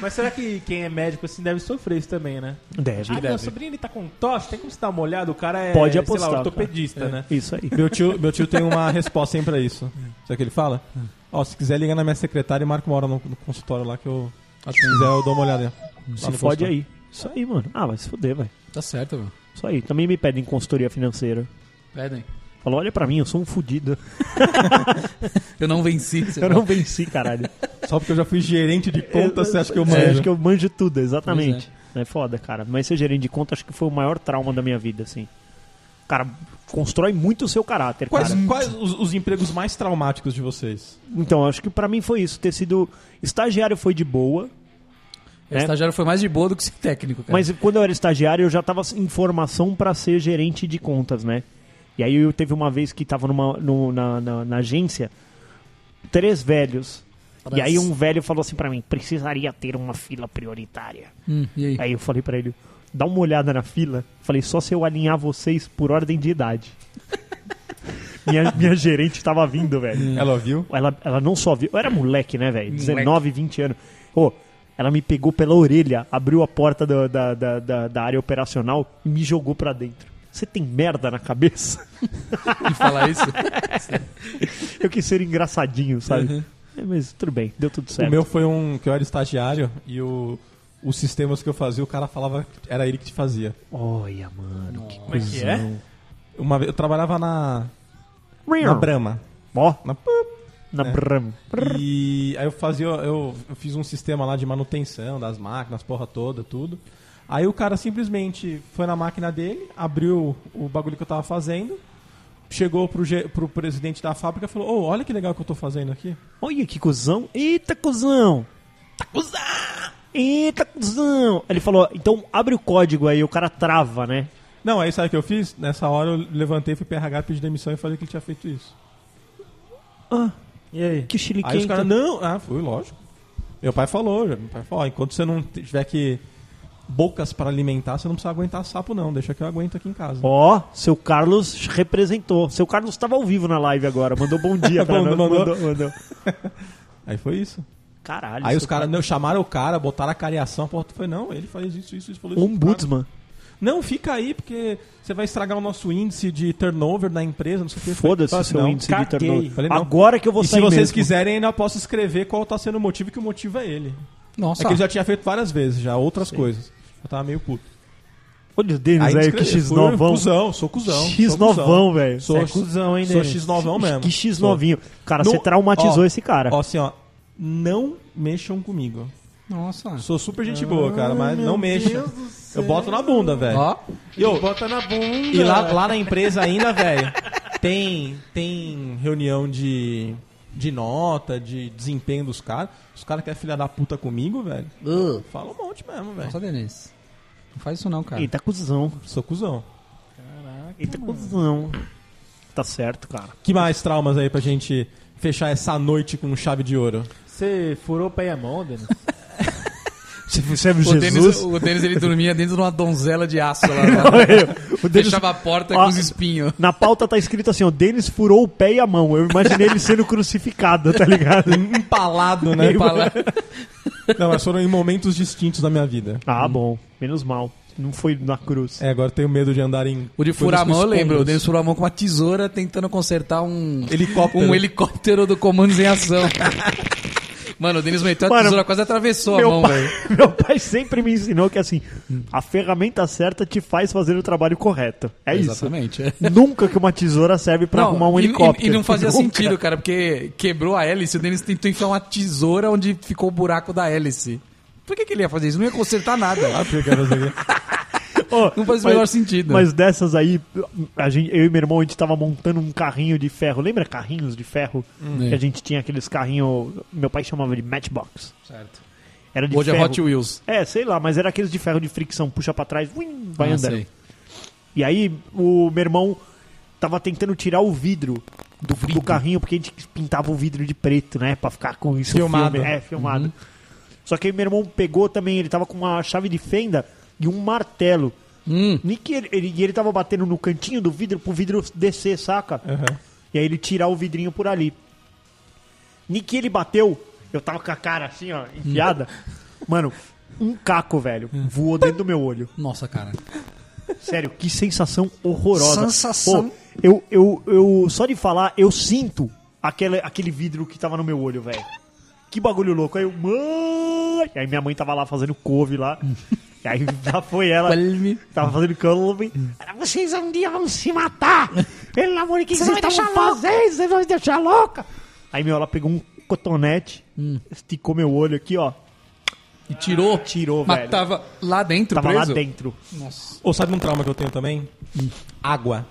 Speaker 3: Mas será que quem é médico assim deve sofrer isso também, né?
Speaker 5: Deve.
Speaker 3: Ah, meu sobrinho ele tá com tosse, tem como se dar uma olhada? O cara é,
Speaker 5: Pode
Speaker 3: sei
Speaker 5: apostar,
Speaker 3: lá,
Speaker 5: cara.
Speaker 3: ortopedista, né?
Speaker 5: Isso aí.
Speaker 1: Meu tio, meu tio tem uma resposta hein, pra isso. Sabe o que ele fala? Ó, se quiser, liga na minha secretária e marca uma hora no, no consultório lá que eu.
Speaker 4: Acho
Speaker 1: Se
Speaker 4: que
Speaker 1: quiser, eu dou uma olhada. Lá
Speaker 5: Se
Speaker 1: no
Speaker 5: fode
Speaker 1: consultório.
Speaker 5: aí. Isso aí, mano. Ah, vai se foder, vai.
Speaker 4: tá certo, mano.
Speaker 5: Isso aí. Também me pedem consultoria financeira.
Speaker 4: Pedem.
Speaker 5: Fala, olha pra mim, eu sou um fudido.
Speaker 4: Eu não venci. você
Speaker 5: Eu
Speaker 4: fala.
Speaker 5: não venci, caralho.
Speaker 1: Só porque eu já fui gerente de conta, você acha que eu
Speaker 5: Você
Speaker 1: manjo?
Speaker 5: acha É, que eu manjo tudo, exatamente. É. foda, cara. Mas ser gerente de conta acho que foi o maior trauma da minha vida, assim. Cara, constrói muito o seu caráter,
Speaker 1: Quais,
Speaker 5: cara.
Speaker 1: quais os, os empregos mais traumáticos de vocês?
Speaker 5: Então, acho que pra mim foi isso. Ter sido. Estagiário foi de boa,
Speaker 4: O estagiário foi mais de boa do que ser técnico,
Speaker 1: É.
Speaker 4: cara.
Speaker 5: mas quando eu era estagiário eu já tava em formação pra ser gerente de contas, né? E aí eu teve uma vez que tava numa, no- na, na- na agência, três velhos. E aí um velho falou assim pra mim: precisaria ter uma fila prioritária.
Speaker 4: Hum, e aí?
Speaker 5: Aí eu falei pra ele, dá uma olhada na fila. Falei, só se eu alinhar vocês por ordem de idade. minha, minha gerente tava vindo, velho.
Speaker 1: Ela viu?
Speaker 5: Ela, ela não só viu. Eu era moleque, né, velho? 19, 20 anos. Ô, ela me pegou pela orelha, abriu a porta da, da, da, da- da área operacional e me jogou pra dentro. Você tem merda na cabeça?
Speaker 4: E falar isso?
Speaker 5: Eu quis ser engraçadinho, sabe? É, mas tudo bem, deu tudo certo.
Speaker 1: Uhum. O meu foi um que eu era estagiário e o, os sistemas que eu fazia, o cara falava que era ele que te fazia.
Speaker 5: Olha, mano. Que...
Speaker 3: Como é que é?
Speaker 1: Uma vez eu trabalhava na, na É. Brahma.
Speaker 5: Ó,
Speaker 1: Na-
Speaker 5: na Bram.
Speaker 1: E aí eu fazia, eu, eu fiz um sistema lá de manutenção das máquinas, porra toda, tudo. Aí o cara simplesmente foi na máquina dele, abriu o bagulho que eu tava fazendo, chegou pro, ge- pro presidente da fábrica e falou: Ô, olha que legal que eu tô fazendo aqui.
Speaker 5: Olha que cuzão. Eita, cuzão. Tá Eita, cuzão. Ele falou, então abre o código aí, o cara trava, né?
Speaker 1: Não, aí sabe o que eu fiz? Nessa hora eu levantei, fui pro RH, pedi demissão e falei que ele tinha feito isso.
Speaker 3: E aí?
Speaker 5: Que chiliquento.
Speaker 1: Aí os caras, não, ah, fui, lógico. Meu pai falou, já- meu pai falou, ó, enquanto você não tiver que bocas pra alimentar, você não precisa aguentar sapo não, deixa que eu aguento aqui em casa.
Speaker 5: Ó, seu Carlos representou. Seu Carlos tava ao vivo na live agora, mandou bom dia pra
Speaker 1: Mandou,
Speaker 5: nós.
Speaker 1: mandou.
Speaker 5: mandou.
Speaker 1: Aí foi isso.
Speaker 5: Caralho.
Speaker 1: Aí
Speaker 5: seu
Speaker 1: os caras não, chamaram o cara, botaram a cariação, a porta foi, não, ele faz isso, isso, isso, falou
Speaker 5: Um
Speaker 1: isso.
Speaker 5: Ombudsman.
Speaker 1: cara. Não, fica aí, porque você vai estragar o nosso índice de turnover da empresa, não sei o que.
Speaker 5: Foda-se o
Speaker 1: Falei, "Ah,
Speaker 5: seu
Speaker 1: não,
Speaker 5: índice de
Speaker 1: caguei.
Speaker 5: turnover.
Speaker 1: Falei, não.
Speaker 5: Agora que eu vou
Speaker 1: E se
Speaker 5: sair
Speaker 1: vocês
Speaker 5: mesmo.
Speaker 1: quiserem, ainda posso escrever qual tá sendo o motivo, que o motivo é ele. É
Speaker 4: Nossa.
Speaker 1: que ele já tinha feito várias vezes, já, outras coisas. Eu tava meio puto.
Speaker 5: Olha o Denis aí, que
Speaker 1: escrevi,
Speaker 5: X
Speaker 1: fui
Speaker 5: novão.
Speaker 1: um Cuzão, sou cuzão.
Speaker 5: X
Speaker 1: sou cuzão.
Speaker 5: novão, velho.
Speaker 1: Sou,
Speaker 3: Você é cuzão, hein,
Speaker 1: sou
Speaker 3: Denis?
Speaker 1: X novão mesmo.
Speaker 5: Que X
Speaker 1: Sou.
Speaker 5: novinho. Cara,
Speaker 1: No-
Speaker 5: você traumatizou
Speaker 1: ó,
Speaker 5: esse cara.
Speaker 1: Ó, assim, ó. Não mexam comigo.
Speaker 4: Nossa.
Speaker 1: Sou super gente boa, cara, mas não mexam. Eu boto na bunda, velho.
Speaker 4: Ó,
Speaker 1: E, ô,
Speaker 3: Bota na bunda.
Speaker 1: e lá, lá na empresa ainda, velho, tem, tem reunião de, de nota, de desempenho dos caras. Os caras querem filha da puta comigo, velho.
Speaker 2: Uh.
Speaker 1: Fala um monte mesmo, velho.
Speaker 4: nossa, Denise. Não faz isso não, cara.
Speaker 5: Eita, cuzão.
Speaker 1: Sou cuzão.
Speaker 5: Eita, cuzão. Tá certo, cara.
Speaker 1: Que mais traumas aí pra gente fechar essa noite com chave de ouro?
Speaker 3: Você furou o pé e a mão, Denis?
Speaker 5: Você é
Speaker 4: O Denis, o Denis, ele dormia dentro de uma donzela de aço lá. né?
Speaker 5: O Denis-
Speaker 4: Fechava a porta
Speaker 5: Ó,
Speaker 4: com os espinhos.
Speaker 5: Na pauta tá escrito assim, ó, Denis furou o pé e a mão. Eu imaginei ele sendo crucificado, tá ligado?
Speaker 4: um
Speaker 1: Empalado, né?
Speaker 4: Fala-
Speaker 1: Não, mas foram em momentos distintos da minha vida.
Speaker 5: Ah, bom. Menos mal. Não foi na cruz.
Speaker 1: É, agora eu tenho medo de andar em.
Speaker 4: O de furar a
Speaker 1: coisas
Speaker 4: mão, eu
Speaker 1: com
Speaker 4: um lembro. O
Speaker 1: escombros.
Speaker 4: Denis furou a mão com uma tesoura tentando consertar um...
Speaker 1: Helicóptero.
Speaker 4: Um helicóptero do Comandos em Ação. Mano, o Denis meteu a
Speaker 5: Mano,
Speaker 4: tesoura, quase atravessou a mão,
Speaker 5: pai,
Speaker 4: velho.
Speaker 5: meu pai sempre me ensinou que assim, a ferramenta certa te faz fazer o trabalho correto. É
Speaker 4: Exatamente. é.
Speaker 5: isso. Nunca que uma tesoura serve pra arrumar um
Speaker 4: e- e-
Speaker 5: helicóptero.
Speaker 4: E, não fazia
Speaker 5: Nunca.
Speaker 4: sentido, cara, porque quebrou a hélice, o Denis tentou enfiar uma tesoura onde ficou o buraco da hélice. Por que, que ele ia fazer isso? Não ia consertar nada.
Speaker 1: Ah, porque eu quero saber.
Speaker 5: Ó,
Speaker 4: Não faz o menor sentido.
Speaker 5: Mas dessas aí, a gente, eu e meu irmão, a gente tava montando um carrinho de ferro. Lembra carrinhos de ferro?
Speaker 4: Hum.
Speaker 5: Que a gente tinha aqueles carrinhos. Meu pai chamava de matchbox.
Speaker 4: Certo.
Speaker 5: Era de
Speaker 4: Hoje
Speaker 5: ferro.
Speaker 4: é Hot Wheels.
Speaker 5: É, sei lá, mas era aqueles de ferro de fricção, puxa pra trás, uim, vai
Speaker 4: Ah,
Speaker 5: andando.
Speaker 4: sei.
Speaker 5: E aí o meu irmão tava tentando tirar o vidro do, do carrinho, porque a gente pintava o vidro de preto, né? Pra ficar com isso
Speaker 1: Filmado.
Speaker 5: filme. É, filmado. Só que aí meu irmão pegou também, ele tava com uma chave de fenda e um martelo.
Speaker 4: Hum.
Speaker 5: E que ele, ele, e ele tava batendo no cantinho do vidro pro vidro descer, saca? E aí ele tirar o vidrinho por ali. Ni que ele bateu, eu tava com a cara assim, ó, enfiada. Mano, um caco, velho, voou dentro do meu olho.
Speaker 4: Nossa, cara.
Speaker 5: Sério, que sensação horrorosa.
Speaker 2: Sensação.
Speaker 5: Pô, eu, eu, eu, só de falar, eu sinto aquele, aquele vidro que tava no meu olho, velho. Que bagulho louco. Aí eu, mãe! Aí minha mãe tava lá fazendo couve lá. E aí já foi ela.
Speaker 4: Colme.
Speaker 5: Tava fazendo couve.
Speaker 7: Cara, Vocês um dia vão se matar.
Speaker 5: Pelo amor de Deus,
Speaker 7: Vocês vão me deixar louca.
Speaker 5: Vocês vão me deixar louca. Aí, meu, ela pegou um cotonete,
Speaker 7: Hum.
Speaker 5: esticou meu olho aqui, ó.
Speaker 4: E tirou.
Speaker 5: Tirou,
Speaker 4: Mas
Speaker 5: velho.
Speaker 4: tava lá dentro,
Speaker 5: Tava
Speaker 4: preso?
Speaker 5: lá dentro.
Speaker 4: Nossa.
Speaker 1: Ou sabe um trauma que eu tenho também? Água.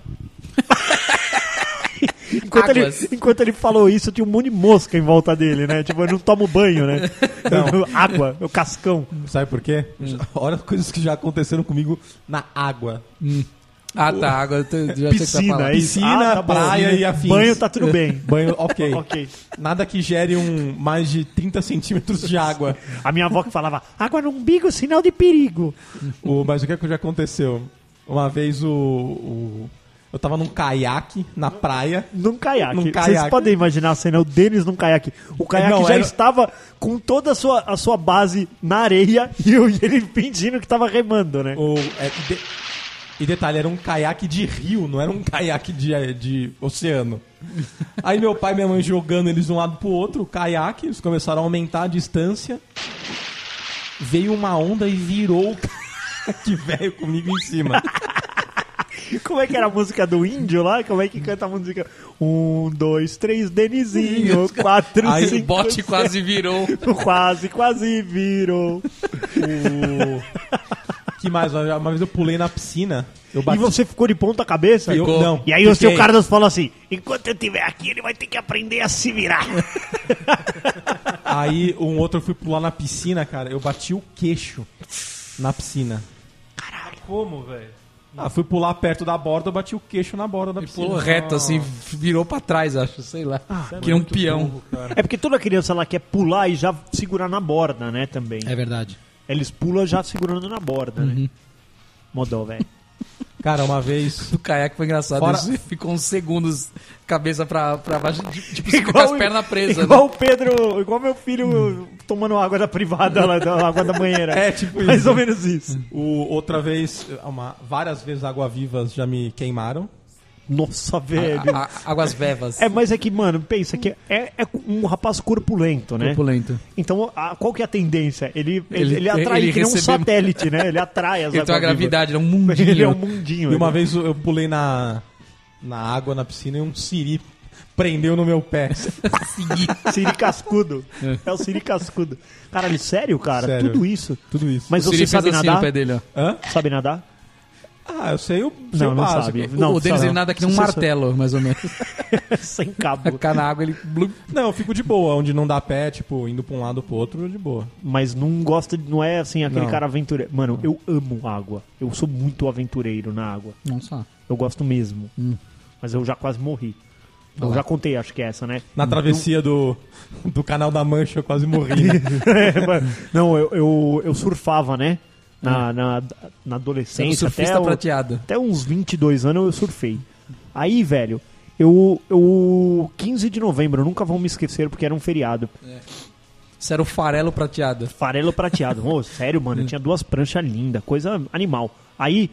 Speaker 5: Enquanto ele,
Speaker 4: Águas.
Speaker 5: enquanto ele falou isso, tinha um monte de mosca em volta dele, né? Tipo, eu não tomo banho, né?
Speaker 1: Não.
Speaker 5: Água, o cascão.
Speaker 1: Sabe por quê?
Speaker 4: Hum.
Speaker 1: Olha as coisas que já aconteceram comigo na água.
Speaker 4: Ah, tá. Agora eu já sei o que você vai
Speaker 5: Piscina,
Speaker 4: falar.
Speaker 5: é isso.
Speaker 1: Piscina,
Speaker 5: bom.
Speaker 1: praia e afins.
Speaker 5: Banho tá tudo bem.
Speaker 1: Banho, ok.
Speaker 5: ok.
Speaker 1: Nada que gere um mais de 30 centímetros de água.
Speaker 5: A minha avó que falava, água no umbigo, sinal de perigo.
Speaker 1: O, mas o que, é que já aconteceu? Uma vez o, o- Eu tava num caiaque na praia.
Speaker 5: Num caiaque.
Speaker 1: Num
Speaker 5: Vocês
Speaker 1: caiaque.
Speaker 5: podem imaginar a cena, o Denis num caiaque. O caiaque
Speaker 1: Não,
Speaker 5: já
Speaker 1: era-
Speaker 5: estava com toda a sua, a sua base na areia e eu- e ele fingindo que tava remando, né?
Speaker 1: O, é, e, de- e detalhe, era um caiaque de rio, não era um caiaque de, de oceano. Aí meu pai e minha mãe jogando eles de um lado pro outro, o caiaque, eles começaram a aumentar a distância. Veio uma onda e virou o caiaque velho comigo em cima.
Speaker 5: Como é que era a música do índio lá? Como é que canta a música? Um, dois, três, Denizinho, quatro,
Speaker 4: Aí o
Speaker 5: cinco,
Speaker 4: bote
Speaker 5: seis.
Speaker 4: quase virou.
Speaker 5: Quase, quase virou.
Speaker 1: O- Que mais? Uma uma vez eu pulei na piscina, eu
Speaker 5: E
Speaker 1: bati.
Speaker 5: você ficou de ponta cabeça?
Speaker 1: eu, não,
Speaker 5: E aí o seu
Speaker 1: fiquei-
Speaker 5: Carlos falou assim, enquanto eu estiver aqui, ele vai ter que aprender a se virar.
Speaker 1: Aí um outro eu fui pular na piscina, cara. Eu bati o queixo na piscina.
Speaker 3: Como, velho?
Speaker 1: Ah, fui pular perto da borda, eu bati o queixo na borda da
Speaker 4: E
Speaker 1: piscina.
Speaker 4: pulou reto, assim, virou pra trás, acho. Sei lá.
Speaker 5: Ah,
Speaker 4: que é um peão.
Speaker 5: é porque toda criança lá quer pular e já segurar na borda, né, também.
Speaker 4: É verdade.
Speaker 5: Eles pulam já segurando na borda, né? Modou, velho.
Speaker 1: Cara, uma vez.
Speaker 4: Do caiaque foi engraçado.
Speaker 1: Fora-
Speaker 4: Ele ficou uns segundos, cabeça pra, pra baixo, tipo, você fica com as pernas presas.
Speaker 5: Igual o Pedro, igual meu filho tomando água da privada lá, da água da banheira.
Speaker 1: É, tipo
Speaker 5: Mais
Speaker 1: isso.
Speaker 5: ou menos isso.
Speaker 1: O, outra vez, uma, várias vezes água-vivas já me queimaram.
Speaker 5: Nossa,
Speaker 4: né?
Speaker 5: velho.
Speaker 4: A- a- águas vevas.
Speaker 5: É, mas é que, mano, pensa que é, é um rapaz corpulento, né?
Speaker 4: Corpulento.
Speaker 5: Então, a- qual que é a tendência? Ele, ele,
Speaker 4: Ele-
Speaker 5: ele atrai
Speaker 4: ele
Speaker 5: que nem um
Speaker 4: recebe-
Speaker 5: satélite, né? Ele atrai as
Speaker 4: Ele tem uma
Speaker 5: águas-vivas.
Speaker 4: gravidade, ele é um mundinho.
Speaker 5: Ele é um mundinho.
Speaker 1: E uma
Speaker 5: ele-
Speaker 1: vez eu eu pulei na, na água, na piscina, e um siri prendeu no meu pé.
Speaker 5: é um Siri Cascudo. É o Siri Cascudo. Caralho, sério, cara?
Speaker 1: Sério.
Speaker 5: Tudo isso.
Speaker 1: Tudo isso.
Speaker 5: Mas
Speaker 4: O
Speaker 5: você
Speaker 4: Siri fez
Speaker 5: sabe
Speaker 4: assim no
Speaker 5: nadar?
Speaker 4: pé dele, ó.
Speaker 1: Hã?
Speaker 5: Sabe nadar?
Speaker 1: Ah, eu sei o, sei
Speaker 5: Não,
Speaker 1: o
Speaker 5: não
Speaker 1: básico.
Speaker 5: sabe.
Speaker 4: O-
Speaker 5: Não,
Speaker 4: o Denis
Speaker 5: sabe
Speaker 4: ele
Speaker 5: não.
Speaker 4: nada que nem um
Speaker 5: Você
Speaker 4: martelo, mais ou menos.
Speaker 5: Sem cabo.
Speaker 4: Tacar na água, ele... blup.
Speaker 1: Não, eu fico de boa. Onde não dá pé, tipo, indo pra um lado ou pro outro, eu de boa.
Speaker 5: Mas não gosta, de- não é assim, aquele
Speaker 1: Não.
Speaker 5: cara aventureiro. Mano, eu amo água. Eu sou muito aventureiro na água.
Speaker 4: Nossa.
Speaker 5: Eu gosto mesmo. Mas eu já quase morri. Eu
Speaker 4: Hum. lá.
Speaker 5: já contei, acho que é essa, né?
Speaker 1: Na travessia do, do canal da Mancha, eu quase morri.
Speaker 5: É, mas- não, eu, eu, eu surfava, né? Na, na, na
Speaker 4: Sendo
Speaker 5: adolescência.
Speaker 4: É. surfista
Speaker 5: é até, o-
Speaker 4: prateado.
Speaker 5: até uns 22 anos eu surfei. Aí, velho, eu, eu. 15 de novembro, nunca vão me esquecer porque era um feriado.
Speaker 4: Isso era o farelo prateado.
Speaker 5: Farelo prateado. Ô, sério, mano, tinha duas pranchas lindas, coisa animal. Aí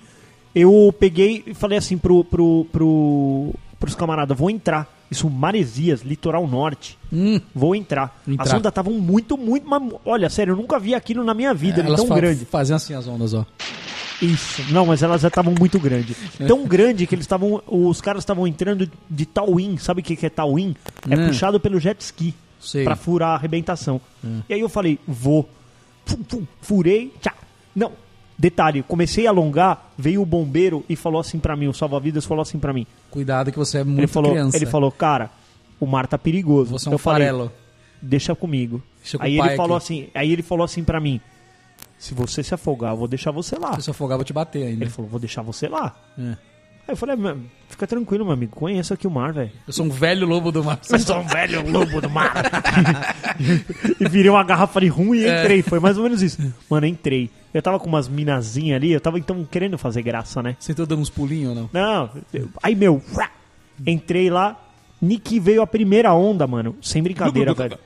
Speaker 5: eu peguei e falei assim pro, pro, pro, pros camaradas, vou entrar. Isso, Maresias, litoral norte.
Speaker 4: Hum.
Speaker 5: Vou entrar. As
Speaker 4: Entrar.
Speaker 5: ondas estavam muito, muito. mas, olha, sério, eu nunca vi aquilo na minha vida, de
Speaker 4: Elas
Speaker 5: tão
Speaker 4: fa-
Speaker 5: grande.
Speaker 4: faziam assim as ondas, ó.
Speaker 5: Isso. Não, mas elas já estavam muito grandes.
Speaker 4: É.
Speaker 5: Tão grande que eles estavam. Os caras estavam entrando de tawin. Sabe o que que é tawin? É
Speaker 4: Hum.
Speaker 5: puxado pelo jet ski.
Speaker 4: Sei. Hum.
Speaker 5: Pra furar a arrebentação. E aí eu falei, vou. Fum, fum, furei, tchau. Não. Detalhe, comecei a alongar, veio o bombeiro e falou assim pra mim, o salva-vidas falou assim pra mim.
Speaker 4: Cuidado que você é muito
Speaker 5: ele falou,
Speaker 4: criança.
Speaker 5: ele falou, cara, o mar tá perigoso.
Speaker 4: Você é um
Speaker 5: eu falei,
Speaker 4: farelo.
Speaker 5: deixa comigo.
Speaker 4: Deixa com
Speaker 5: aí
Speaker 4: o pai
Speaker 5: ele falou
Speaker 4: aqui.
Speaker 5: assim, aí ele falou assim para mim, se você se afogar, eu vou deixar você lá.
Speaker 4: Se eu afogar, vou te bater ainda.
Speaker 5: Ele falou, vou deixar você lá.
Speaker 4: É.
Speaker 5: Aí eu falei, "Ah, meu, fica tranquilo, meu amigo, conheço aqui o mar, velho.
Speaker 4: Eu sou um velho lobo do mar.
Speaker 5: Eu sou um velho lobo do mar. e virei uma garrafa de rum e
Speaker 4: É.
Speaker 5: entrei. Foi mais ou menos isso. Mano, eu entrei. Eu tava com umas minazinhas ali, eu tava então querendo fazer graça, né?
Speaker 4: Você tentou dando uns pulinhos ou não?
Speaker 5: Não, eu- aí meu, uá, entrei lá, Nick veio a primeira onda, mano. Sem brincadeira, velho.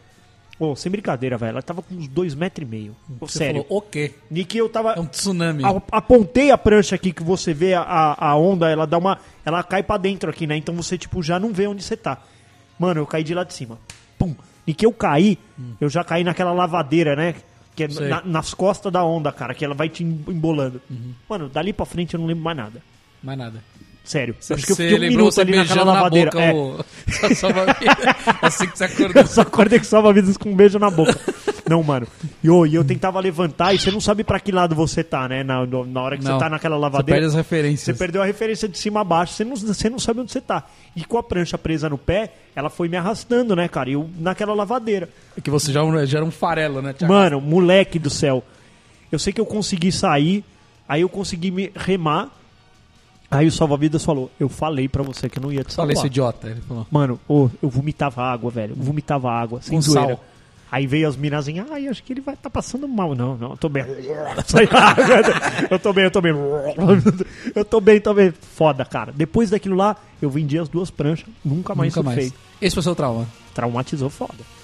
Speaker 5: Ô, sem brincadeira, velho. Ela tava com uns dois metros e meio. Ô,
Speaker 4: Você
Speaker 5: Sério.
Speaker 4: falou, o quê?
Speaker 5: Niki, eu tava.
Speaker 4: É um tsunami.
Speaker 5: A- apontei a prancha aqui que você vê a, a, a onda, ela dá uma. Ela cai pra dentro aqui, né? Então você, tipo, já não vê onde você tá. Mano, eu caí de lá de cima. Pum. E que eu caí, eu já caí naquela lavadeira, né? Que é
Speaker 4: Hum. Sei.
Speaker 5: na- nas costas da onda, cara, que ela vai te em- embolando.
Speaker 4: Uhum.
Speaker 5: Mano, dali pra frente eu não lembro mais nada.
Speaker 4: Mais nada.
Speaker 5: Sério.
Speaker 4: Você,
Speaker 5: eu acho que eu
Speaker 4: você
Speaker 5: fiquei um
Speaker 4: lembrou
Speaker 5: minuto
Speaker 4: você
Speaker 5: ali naquela
Speaker 4: beijando na
Speaker 5: lavadeira.
Speaker 4: boca
Speaker 5: é.
Speaker 4: o... Só, só uma... assim que você acordou.
Speaker 5: Eu só acordei que salva vidas com um beijo na boca. Não, mano. E eu, e eu tentava levantar e você não sabe pra que lado você tá, né? Na, no- na hora que
Speaker 4: Não.
Speaker 5: você tá naquela
Speaker 4: Você perde
Speaker 5: lavadeira.
Speaker 4: as
Speaker 5: Você
Speaker 4: referências.
Speaker 5: perdeu a referência de cima a baixo, você não, você não sabe onde você tá. E com a prancha presa no pé, ela foi me arrastando, né, cara? E Eu naquela lavadeira.
Speaker 4: Que você já, já era um farelo, né? Thiago?
Speaker 5: Mano, moleque do céu. Eu sei que eu consegui sair, aí eu consegui me remar. Aí o salva-vidas falou: Eu falei pra você que eu não ia te salvar.
Speaker 4: Falei, esse idiota. Ele falou.
Speaker 5: Mano, ô, eu vomitava água, velho. Eu vomitava água, sem
Speaker 4: Com
Speaker 5: zoeira.
Speaker 4: sal.
Speaker 5: Aí veio as minazinhas, ai, acho que ele vai tá passando mal. Não, não, eu tô bem. Sai da água. eu tô bem, eu tô bem. Eu tô bem, tô bem. Foda, cara. Depois daquilo lá, eu vendi as duas pranchas, nunca mais
Speaker 4: Nunca mais.
Speaker 5: surfei.
Speaker 4: Esse foi o seu trauma.
Speaker 5: Traumatizou foda.